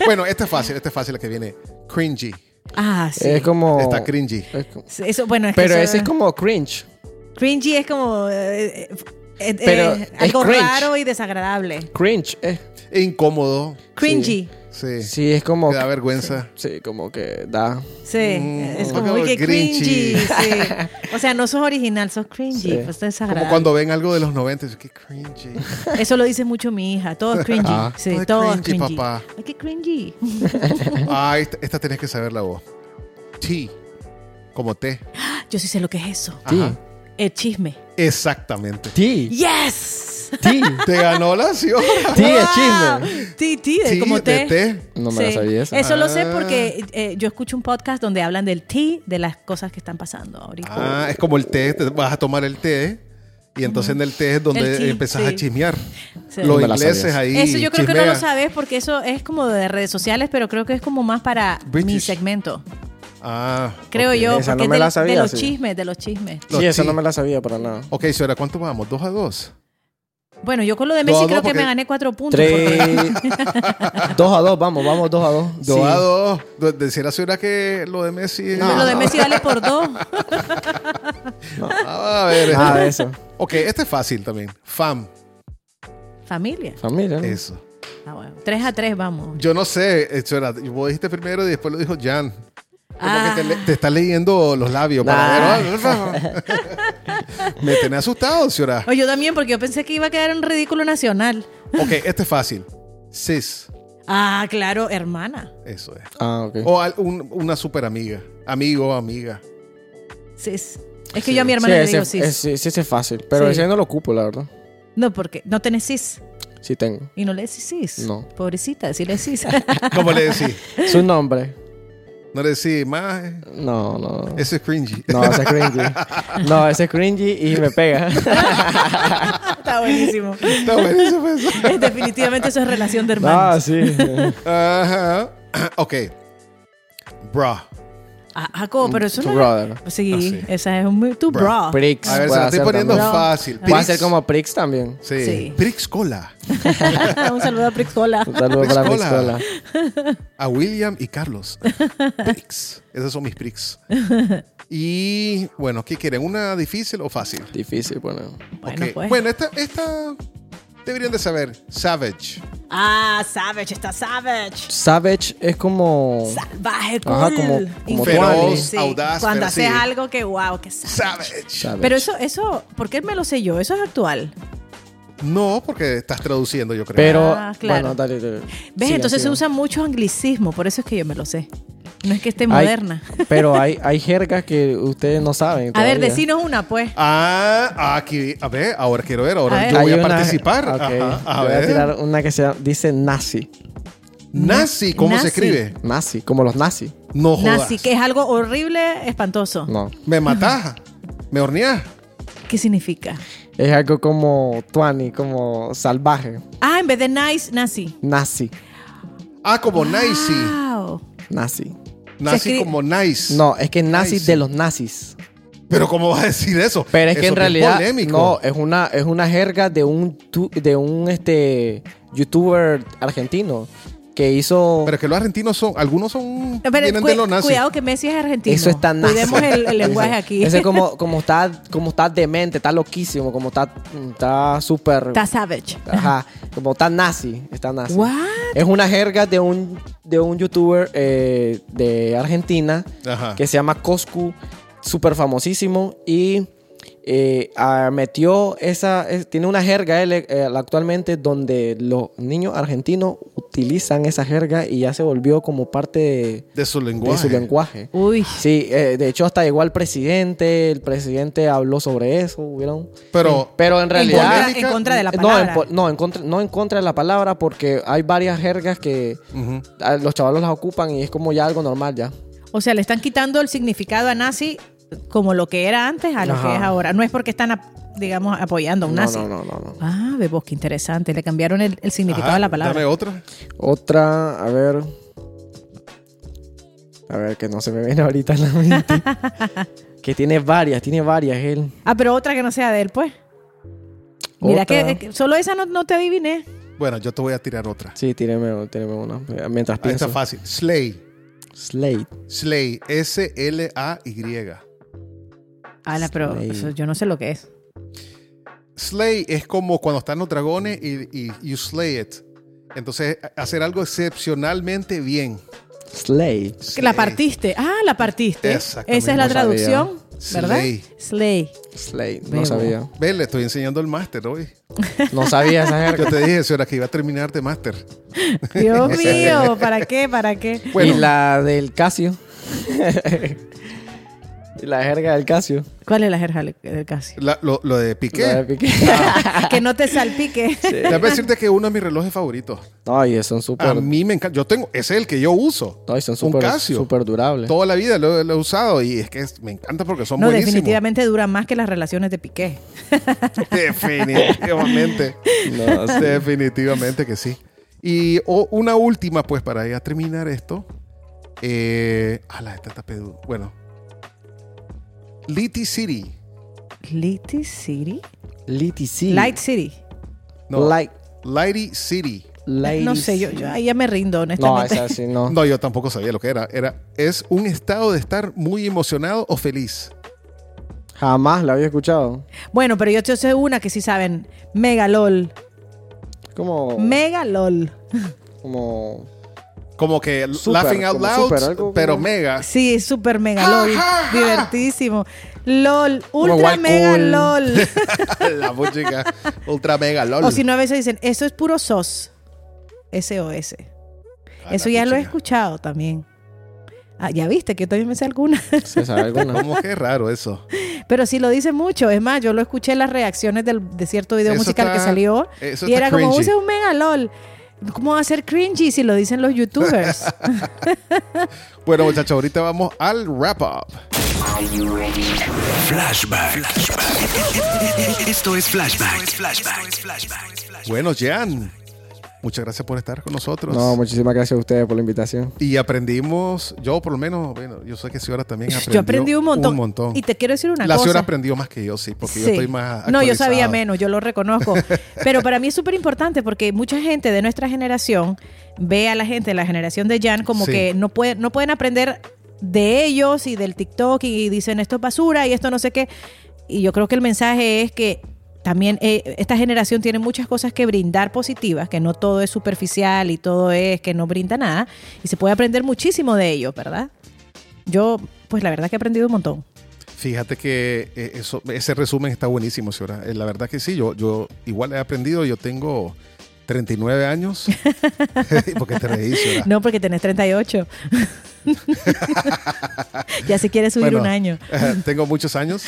[SPEAKER 3] Bueno, esta es fácil, esta es fácil la que viene. Cringy.
[SPEAKER 4] Ah, sí.
[SPEAKER 5] Es como...
[SPEAKER 3] Está cringy.
[SPEAKER 5] es como-
[SPEAKER 4] Eso, bueno, es que
[SPEAKER 5] Pero
[SPEAKER 4] eso-
[SPEAKER 5] ese es como cringe.
[SPEAKER 4] Cringy es como... eh, eh, eh,
[SPEAKER 5] Pero
[SPEAKER 4] eh,
[SPEAKER 5] es
[SPEAKER 4] algo
[SPEAKER 5] cringe.
[SPEAKER 4] raro y desagradable.
[SPEAKER 5] Cringe, eh.
[SPEAKER 3] E incómodo.
[SPEAKER 4] Cringy.
[SPEAKER 3] Sí.
[SPEAKER 5] Sí, es como...
[SPEAKER 3] Te da vergüenza.
[SPEAKER 5] Sí, como que da...
[SPEAKER 4] Sí.
[SPEAKER 3] Mm,
[SPEAKER 4] es
[SPEAKER 3] como
[SPEAKER 4] como, uy, qué
[SPEAKER 3] cringy.
[SPEAKER 4] cringy. sí. O sea, no sos original, sos cringy.
[SPEAKER 5] Sí.
[SPEAKER 4] Pues es
[SPEAKER 3] Como
[SPEAKER 4] desagradable.
[SPEAKER 3] cuando ven algo de los 90, es que cringy.
[SPEAKER 4] Eso lo dice mucho mi hija. Todo es cringy.
[SPEAKER 3] Ah.
[SPEAKER 4] sí,
[SPEAKER 3] Todo es
[SPEAKER 4] todo es
[SPEAKER 3] cringy,
[SPEAKER 4] cringy.
[SPEAKER 3] papá.
[SPEAKER 4] Ay, qué cringy.
[SPEAKER 3] Ah, esta, esta tenés que saber la voz. T. Como T.
[SPEAKER 4] Yo sí sé lo que es eso.
[SPEAKER 3] Ajá.
[SPEAKER 4] El chisme.
[SPEAKER 3] Exactamente.
[SPEAKER 5] Ti,
[SPEAKER 4] ¡Yes!
[SPEAKER 5] ti,
[SPEAKER 3] Te ganó la señora.
[SPEAKER 5] ti es chisme.
[SPEAKER 4] Ti, ti, de
[SPEAKER 3] Sí,
[SPEAKER 4] como
[SPEAKER 3] de
[SPEAKER 4] té.
[SPEAKER 3] té.
[SPEAKER 5] No me la
[SPEAKER 4] Sí.
[SPEAKER 5] sabía esa.
[SPEAKER 4] Eso lo sé
[SPEAKER 3] Ah.
[SPEAKER 4] porque eh, yo escucho un podcast donde hablan del tea, de las cosas que están pasando ahorita.
[SPEAKER 3] Ah, es como el té, te vas a tomar el té y entonces en el té es donde
[SPEAKER 4] El chi-
[SPEAKER 3] empezás
[SPEAKER 4] sí.
[SPEAKER 3] a chismear.
[SPEAKER 4] Sí.
[SPEAKER 3] Los
[SPEAKER 5] No me la
[SPEAKER 3] ingleses
[SPEAKER 5] sabías.
[SPEAKER 3] Ah, ahí
[SPEAKER 4] Eso yo creo que no lo
[SPEAKER 3] chismean.
[SPEAKER 4] sabes porque eso es como de redes sociales, pero creo que es como más para mi
[SPEAKER 3] British.
[SPEAKER 4] segmento.
[SPEAKER 3] Ah,
[SPEAKER 4] Creo
[SPEAKER 3] ok.
[SPEAKER 4] yo,
[SPEAKER 5] Esa no
[SPEAKER 4] porque
[SPEAKER 5] me
[SPEAKER 4] es
[SPEAKER 5] la
[SPEAKER 4] del- de,
[SPEAKER 5] sabía,
[SPEAKER 4] los
[SPEAKER 5] sí.
[SPEAKER 4] chismes, de los chismes.
[SPEAKER 3] Los
[SPEAKER 5] Sí, esa
[SPEAKER 3] chi-
[SPEAKER 5] no me la sabía para nada.
[SPEAKER 3] Ok, señora, ¿cuánto vamos? ¿Dos a dos?
[SPEAKER 4] Bueno, yo con lo de
[SPEAKER 3] No,
[SPEAKER 4] Messi
[SPEAKER 3] no,
[SPEAKER 4] creo que
[SPEAKER 3] porque-
[SPEAKER 4] me gané cuatro puntos.
[SPEAKER 5] Tres.
[SPEAKER 4] porque-
[SPEAKER 5] dos a dos, vamos, vamos, dos a dos.
[SPEAKER 3] Dos
[SPEAKER 5] Sí.
[SPEAKER 3] a dos. Do- Decía la señora que lo de Messi. es-
[SPEAKER 4] Lo de Messi vale por dos.
[SPEAKER 3] Ah, a ver.
[SPEAKER 5] Nada de eso.
[SPEAKER 3] Ok, este es fácil también. Fam.
[SPEAKER 4] Familia.
[SPEAKER 5] Familia. ¿no?
[SPEAKER 3] Eso.
[SPEAKER 4] Ah, bueno. Tres a tres, vamos.
[SPEAKER 3] Yo no sé, eh, señora, vos dijiste primero y después lo dijo Jan. Como
[SPEAKER 4] Ah.
[SPEAKER 3] que te, le- te está leyendo los labios para
[SPEAKER 5] Nah.
[SPEAKER 3] ver. Me tenés asustado, señora.
[SPEAKER 4] O yo también, porque yo pensé que iba a quedar en ridículo nacional.
[SPEAKER 3] Ok, este es fácil. Sis.
[SPEAKER 4] Ah, claro, hermana.
[SPEAKER 3] Eso es.
[SPEAKER 5] Ah, ok.
[SPEAKER 3] O al- un- una super amiga. Amigo, amiga.
[SPEAKER 4] Sis. Es que yo a mi
[SPEAKER 5] Sí,
[SPEAKER 4] hermana le
[SPEAKER 5] ese,
[SPEAKER 4] digo sis.
[SPEAKER 5] ese- sí, ese es fácil. Pero
[SPEAKER 4] Sí.
[SPEAKER 5] ese no lo ocupo, la verdad.
[SPEAKER 4] No, porque no tenés sis.
[SPEAKER 5] Sí tengo.
[SPEAKER 4] Y no le decís sis.
[SPEAKER 5] No.
[SPEAKER 4] Pobrecita, sí le decís.
[SPEAKER 3] ¿Cómo le decís?
[SPEAKER 5] Su nombre.
[SPEAKER 3] No le decís más. eh.
[SPEAKER 5] No, no.
[SPEAKER 3] Eso es cringy.
[SPEAKER 5] No, ese es cringy. No, ese es cringy y me pega.
[SPEAKER 4] Está buenísimo.
[SPEAKER 3] Está buenísimo eso.
[SPEAKER 4] Definitivamente eso es relación de
[SPEAKER 5] Ah,
[SPEAKER 4] hermanos.
[SPEAKER 5] sí.
[SPEAKER 3] Ajá. Ok. Bra.
[SPEAKER 4] Ah, ah, como, pero eso
[SPEAKER 5] Tu
[SPEAKER 4] no.
[SPEAKER 5] brother.
[SPEAKER 4] Sí,
[SPEAKER 3] Ah, sí.
[SPEAKER 4] esa es un muy- tu
[SPEAKER 3] Bra.
[SPEAKER 4] bra.
[SPEAKER 5] Prix.
[SPEAKER 3] A ver, se
[SPEAKER 5] puede
[SPEAKER 3] la estoy
[SPEAKER 5] hacer
[SPEAKER 3] poniendo
[SPEAKER 5] también.
[SPEAKER 3] fácil.
[SPEAKER 5] Puede ser
[SPEAKER 3] Prix.
[SPEAKER 5] como Prix también.
[SPEAKER 3] Sí.
[SPEAKER 4] Sí.
[SPEAKER 3] Prix Cola.
[SPEAKER 4] un saludo a Prixcola.
[SPEAKER 5] Un saludo para Prix
[SPEAKER 3] Prixcola.
[SPEAKER 5] Cola.
[SPEAKER 3] A William y Carlos. Prix. Esos son mis Prix. Y bueno, ¿qué quieren? ¿Una difícil o fácil?
[SPEAKER 5] Difícil, bueno.
[SPEAKER 4] Bueno,
[SPEAKER 3] Ok.
[SPEAKER 4] pues.
[SPEAKER 3] Bueno, esta, esta deberían de saber. Savage.
[SPEAKER 4] Ah, Savage, está Savage.
[SPEAKER 5] Savage es como.
[SPEAKER 4] Salvaje, cool.
[SPEAKER 5] Ajá, como- como
[SPEAKER 4] Infernal.
[SPEAKER 3] feroz, audaz,
[SPEAKER 4] Cuando
[SPEAKER 3] pero
[SPEAKER 4] haces
[SPEAKER 3] sí.
[SPEAKER 4] algo que wow, que savage.
[SPEAKER 3] Savage.
[SPEAKER 5] Savage.
[SPEAKER 4] Pero eso, eso, ¿por qué me lo sé yo? Eso es actual.
[SPEAKER 3] No, porque estás traduciendo, yo creo.
[SPEAKER 5] Pero.
[SPEAKER 4] Ah, claro.
[SPEAKER 5] Bueno, dale, dale.
[SPEAKER 4] ¿Ves?
[SPEAKER 5] Sigan,
[SPEAKER 4] Entonces se
[SPEAKER 5] sigan.
[SPEAKER 4] usa mucho anglicismo, por eso es que yo me lo sé. No es que esté
[SPEAKER 5] Hay-
[SPEAKER 4] moderna.
[SPEAKER 5] pero hay, hay jergas que ustedes no saben.
[SPEAKER 4] A ver,
[SPEAKER 5] todavía.
[SPEAKER 4] decinos una, pues.
[SPEAKER 3] Ah, aquí. A ver, ahora quiero ver.
[SPEAKER 4] A
[SPEAKER 3] Ahora
[SPEAKER 4] ver.
[SPEAKER 3] yo voy
[SPEAKER 5] Hay
[SPEAKER 3] a
[SPEAKER 5] una-
[SPEAKER 3] participar.
[SPEAKER 5] Ok,
[SPEAKER 3] Ajá, a
[SPEAKER 5] yo voy a
[SPEAKER 3] ver.
[SPEAKER 5] tirar una que se llama- dice nazi.
[SPEAKER 3] Nazi, ¿cómo se
[SPEAKER 4] Nazi.
[SPEAKER 3] escribe?
[SPEAKER 5] Nazi, como los nazis.
[SPEAKER 3] No jodas.
[SPEAKER 4] Nazi, que es algo horrible, espantoso.
[SPEAKER 5] No.
[SPEAKER 3] Me matás. Me horneás.
[SPEAKER 4] ¿Qué significa?
[SPEAKER 5] Es algo como tuani, como salvaje.
[SPEAKER 4] Ah, en vez de nice, nazi.
[SPEAKER 5] Nazi.
[SPEAKER 3] Ah, como Nazi.
[SPEAKER 4] Wow.
[SPEAKER 5] Nazi.
[SPEAKER 3] Nazi
[SPEAKER 4] Ah. escribe-
[SPEAKER 3] como nice.
[SPEAKER 5] No, es que nazis
[SPEAKER 3] sí.
[SPEAKER 5] de los nazis.
[SPEAKER 3] Pero ¿cómo vas a decir eso?
[SPEAKER 5] Pero es que
[SPEAKER 3] Eso
[SPEAKER 5] en realidad
[SPEAKER 3] polémico.
[SPEAKER 5] no, es una es una jerga de un tu- de un este youtuber argentino que hizo
[SPEAKER 3] Pero es que los argentinos son, algunos son,
[SPEAKER 4] No, pero
[SPEAKER 3] vienen
[SPEAKER 4] cu-
[SPEAKER 3] de los nazis.
[SPEAKER 4] Cuidado que Messi es argentino.
[SPEAKER 5] Eso está nazi.
[SPEAKER 4] Cuidemos el, el lenguaje
[SPEAKER 5] Ese-
[SPEAKER 4] aquí.
[SPEAKER 5] Ese como, como está, como está demente, está loquísimo, como está, está súper.
[SPEAKER 4] Está savage.
[SPEAKER 5] Ajá. Como está nazi. Está nazi.
[SPEAKER 4] What?
[SPEAKER 5] Es una jerga de un, de un youtuber eh, de Argentina
[SPEAKER 3] Ajá.
[SPEAKER 5] que se llama Coscu, súper famosísimo. Y eh, ah, metió esa. es- tiene una jerga él, eh, actualmente donde los niños argentinos utilizan esa jerga y ya se volvió como parte de-
[SPEAKER 3] De su lenguaje.
[SPEAKER 5] de su lenguaje.
[SPEAKER 4] Uy.
[SPEAKER 5] Sí, eh, de hecho hasta llegó al presidente, el presidente habló sobre eso, ¿vieron?
[SPEAKER 3] Pero-
[SPEAKER 5] pero en
[SPEAKER 4] En
[SPEAKER 5] realidad...
[SPEAKER 4] contra,
[SPEAKER 3] Polémica-
[SPEAKER 4] en contra de la
[SPEAKER 5] No, en,
[SPEAKER 4] palabra.
[SPEAKER 5] po- no, en contra, no en contra de la palabra porque hay varias jergas que
[SPEAKER 3] Ujú.
[SPEAKER 5] ah, los chavalos las ocupan y es como ya algo normal ya.
[SPEAKER 4] o sea, le están quitando el significado a nazi como lo que era antes a lo
[SPEAKER 5] Ajá.
[SPEAKER 4] que es ahora. No es porque están, ap- digamos, apoyando a un
[SPEAKER 5] No,
[SPEAKER 4] nazi.
[SPEAKER 5] no, no, no, no.
[SPEAKER 4] Ah, vemos qué interesante. Le cambiaron el, el significado
[SPEAKER 3] Ajá,
[SPEAKER 4] a la palabra.
[SPEAKER 3] Dame otra.
[SPEAKER 5] Otra, a ver... A ver, que no se me viene ahorita en la mente. que tiene varias, tiene varias él.
[SPEAKER 4] Ah, pero otra que no sea de él, pues. Mira
[SPEAKER 5] Otra.
[SPEAKER 4] que, eh, que solo esa no, no te adiviné.
[SPEAKER 3] Bueno, yo te voy a tirar otra.
[SPEAKER 5] Sí, tíreme, tíreme una. eh, Mientras
[SPEAKER 3] Ah, Está
[SPEAKER 5] pienso.
[SPEAKER 3] fácil. Slay.
[SPEAKER 5] Slate.
[SPEAKER 3] Slay. S-L-A-Y.
[SPEAKER 4] Ala, pero
[SPEAKER 5] Slay.
[SPEAKER 4] eso yo no sé lo que es.
[SPEAKER 3] Slay es como cuando están los dragones y, y you slay it. Entonces, hacer algo excepcionalmente bien.
[SPEAKER 5] Slate.
[SPEAKER 4] Que La
[SPEAKER 3] Slay.
[SPEAKER 4] partiste. Ah, la partiste. Esa
[SPEAKER 3] Exactamente.
[SPEAKER 4] es la
[SPEAKER 5] No sabía.
[SPEAKER 4] traducción, ¿verdad?
[SPEAKER 3] Slay.
[SPEAKER 4] Slay.
[SPEAKER 5] Slate, no
[SPEAKER 4] Bebo.
[SPEAKER 5] sabía.
[SPEAKER 3] Ve, le estoy enseñando el máster hoy.
[SPEAKER 5] No sabía esa jerga.
[SPEAKER 3] Yo te dije, señora, que iba a terminar de máster.
[SPEAKER 4] Dios mío, ¿para qué? ¿Para qué?
[SPEAKER 3] Bueno.
[SPEAKER 5] Y la del Casio. y la jerga del Casio.
[SPEAKER 4] ¿Cuál es la jerga le- del Casio?
[SPEAKER 3] La- lo, lo de
[SPEAKER 5] La de
[SPEAKER 3] Piqué.
[SPEAKER 5] Piqué.
[SPEAKER 3] Ah.
[SPEAKER 4] que no te salpique.
[SPEAKER 3] Déjame decirte que uno de mis relojes favoritos.
[SPEAKER 5] No, y son
[SPEAKER 3] A
[SPEAKER 5] súper.
[SPEAKER 3] mí me encanta. Yo tengo, ese es el que yo uso.
[SPEAKER 5] No, y son
[SPEAKER 3] Ah, un
[SPEAKER 5] súper
[SPEAKER 3] Casio.
[SPEAKER 5] súper durables.
[SPEAKER 3] Toda la vida lo, lo he usado y es que es- me encanta porque son
[SPEAKER 4] No,
[SPEAKER 3] buenísimos.
[SPEAKER 4] definitivamente dura más que las relaciones de Piqué.
[SPEAKER 3] Definitivamente.
[SPEAKER 5] No, Ah, sí.
[SPEAKER 3] Este- Definitivamente que sí. Y o- una última, pues, para ya terminar esto. Eh, a la esta está pedu- Bueno. Litty City.
[SPEAKER 4] Litty City.
[SPEAKER 5] Liti sí.
[SPEAKER 4] Light City.
[SPEAKER 3] No.
[SPEAKER 5] Light.
[SPEAKER 3] Lighty City.
[SPEAKER 5] Lady
[SPEAKER 4] No sé, yo,
[SPEAKER 5] sí.
[SPEAKER 4] yo ahí ya me rindo,
[SPEAKER 5] No,
[SPEAKER 4] honestamente.
[SPEAKER 5] esa sí, no.
[SPEAKER 3] No, yo tampoco sabía lo que era. Era es un estado de estar muy emocionado o feliz.
[SPEAKER 5] Jamás la había escuchado.
[SPEAKER 4] Bueno, pero yo te sé una que sí saben. Mega LOL.
[SPEAKER 5] Como.
[SPEAKER 4] Mega LOL.
[SPEAKER 5] Como.
[SPEAKER 3] Como que
[SPEAKER 5] Súper,
[SPEAKER 3] laughing out
[SPEAKER 5] como
[SPEAKER 3] loud,
[SPEAKER 5] súper, algo
[SPEAKER 3] pero
[SPEAKER 5] como-
[SPEAKER 3] mega.
[SPEAKER 4] Sí, super mega LOL. Divertísimo. LOL. Ultra
[SPEAKER 5] guay
[SPEAKER 4] mega
[SPEAKER 5] cool.
[SPEAKER 4] LOL.
[SPEAKER 3] la música ultra mega lol.
[SPEAKER 4] o si no, a veces dicen, eso es puro SOS. SOS.
[SPEAKER 5] Ah,
[SPEAKER 3] A Ah, la
[SPEAKER 4] Eso ya lo he
[SPEAKER 3] puchica.
[SPEAKER 4] escuchado también. Ah, ya viste que yo también me sé alguna.
[SPEAKER 5] Se sabe alguna.
[SPEAKER 3] Como que raro eso.
[SPEAKER 4] Pero sí lo dice mucho. Es más, yo lo escuché en las reacciones del, de cierto video
[SPEAKER 3] Eso
[SPEAKER 4] musical que
[SPEAKER 3] está-
[SPEAKER 4] salió.
[SPEAKER 3] eso
[SPEAKER 4] Y
[SPEAKER 3] está
[SPEAKER 4] era como,
[SPEAKER 3] cringy.
[SPEAKER 4] use un mega LOL. ¿Cómo va a ser cringy si lo dicen los youtubers?
[SPEAKER 3] Bueno, muchachos, ahorita vamos al wrap up.
[SPEAKER 2] Flashback. Esto es Flashback. Flashback.
[SPEAKER 3] Bueno, Jan, muchas gracias por estar con nosotros.
[SPEAKER 5] No, muchísimas gracias a ustedes por la invitación.
[SPEAKER 3] y aprendimos, yo por lo menos, bueno, yo sé que Ciora también aprendió
[SPEAKER 4] yo aprendí un montón.
[SPEAKER 3] un montón.
[SPEAKER 4] Y te quiero decir una
[SPEAKER 3] La
[SPEAKER 4] cosa.
[SPEAKER 3] Ciora aprendió más que yo, sí, porque yo
[SPEAKER 4] Sí.
[SPEAKER 3] estoy más
[SPEAKER 4] No, yo sabía
[SPEAKER 3] actualizado.
[SPEAKER 4] menos, yo lo reconozco. Pero para mí es súper importante porque mucha gente de nuestra generación ve a la gente de la generación de Jan como
[SPEAKER 3] Sí.
[SPEAKER 4] que no, puede, no pueden aprender de ellos y del TikTok y dicen esto es basura y esto no sé qué. Y yo creo que el mensaje es que también eh, esta generación tiene muchas cosas que brindar positivas, que no todo es superficial y todo es que no brinda nada. Y se puede aprender muchísimo de ellos, ¿verdad? Yo, pues la verdad que he aprendido un montón.
[SPEAKER 3] Fíjate que eh, eso, ese resumen está buenísimo, Ciora. Eh, La verdad que sí, yo, yo igual he aprendido, yo tengo 39 años. porque te reí, Ciora.
[SPEAKER 4] No, porque tenés 38. ya si quieres subir
[SPEAKER 3] Bueno,
[SPEAKER 4] un año.
[SPEAKER 3] tengo muchos años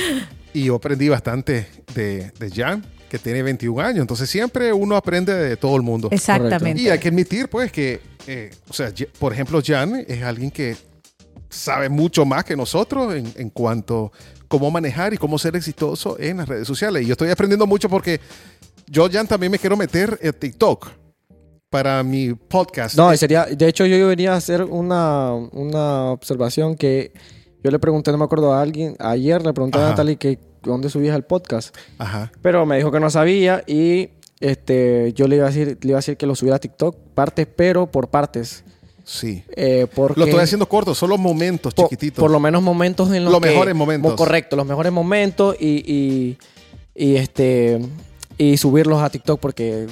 [SPEAKER 3] y yo aprendí bastante de, de Jan, que tiene 21 años. Entonces siempre uno aprende de todo el mundo.
[SPEAKER 4] Exactamente.
[SPEAKER 3] Y hay que admitir, pues, que, eh, o sea, Ye- por ejemplo, Jan es alguien que sabe mucho más que nosotros en, en cuanto a cómo manejar y cómo ser exitoso en las redes sociales. Y yo estoy aprendiendo mucho porque yo, Jan, también me quiero meter en TikTok. para mi podcast.
[SPEAKER 5] No, y sería, de hecho yo venía a hacer una, una observación que yo le pregunté, no me acuerdo a alguien, ayer le pregunté
[SPEAKER 3] Ajá.
[SPEAKER 5] a Natalie que dónde subías el podcast,
[SPEAKER 3] Ajá.
[SPEAKER 5] pero me dijo que no sabía y este, yo le iba a decir, le iba a decir que lo subiera a TikTok partes, pero por partes.
[SPEAKER 3] Sí.
[SPEAKER 5] Eh, porque
[SPEAKER 3] Lo estoy haciendo corto, solo momentos
[SPEAKER 5] po-
[SPEAKER 3] chiquititos.
[SPEAKER 5] Por lo menos momentos en los,
[SPEAKER 3] Los
[SPEAKER 5] que-
[SPEAKER 3] mejores momentos.
[SPEAKER 5] mo- Correcto, los mejores momentos y, y, y, este y subirlos a TikTok porque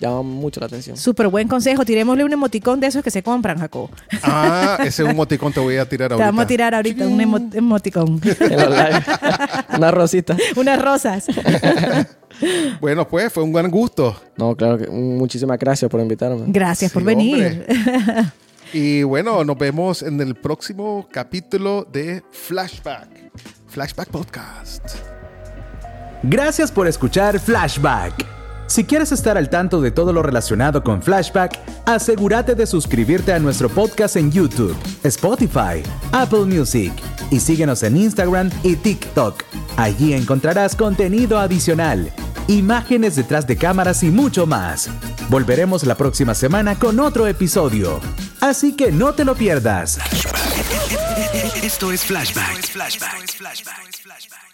[SPEAKER 5] llaman mucho la atención.
[SPEAKER 4] Súper buen consejo. Tirémosle un emoticón de esos que se compran, Jacob.
[SPEAKER 3] Ah, ese es un moticón te voy a tirar
[SPEAKER 4] Te
[SPEAKER 3] ahorita.
[SPEAKER 4] vamos a tirar ahorita un emo- emoticón.
[SPEAKER 5] En los live. Una rosita.
[SPEAKER 4] Unas rosas.
[SPEAKER 3] Bueno, pues fue un gran gusto.
[SPEAKER 5] No, claro que muchísimas gracias por invitarme.
[SPEAKER 4] Gracias
[SPEAKER 3] Sí,
[SPEAKER 4] por venir.
[SPEAKER 3] hombre. Y bueno, nos vemos en el próximo capítulo de Flashback. Flashback Podcast.
[SPEAKER 1] Gracias por escuchar Flashback. Si quieres estar al tanto de todo lo relacionado con Flashback, asegúrate de suscribirte a nuestro podcast en YouTube, Spotify, Apple Music y síguenos en Instagram y TikTok. Allí encontrarás contenido adicional, imágenes detrás de cámaras y mucho más. Volveremos la próxima semana con otro episodio, así que no te lo pierdas.
[SPEAKER 2] Esto es Flashback. Esto es Flashback.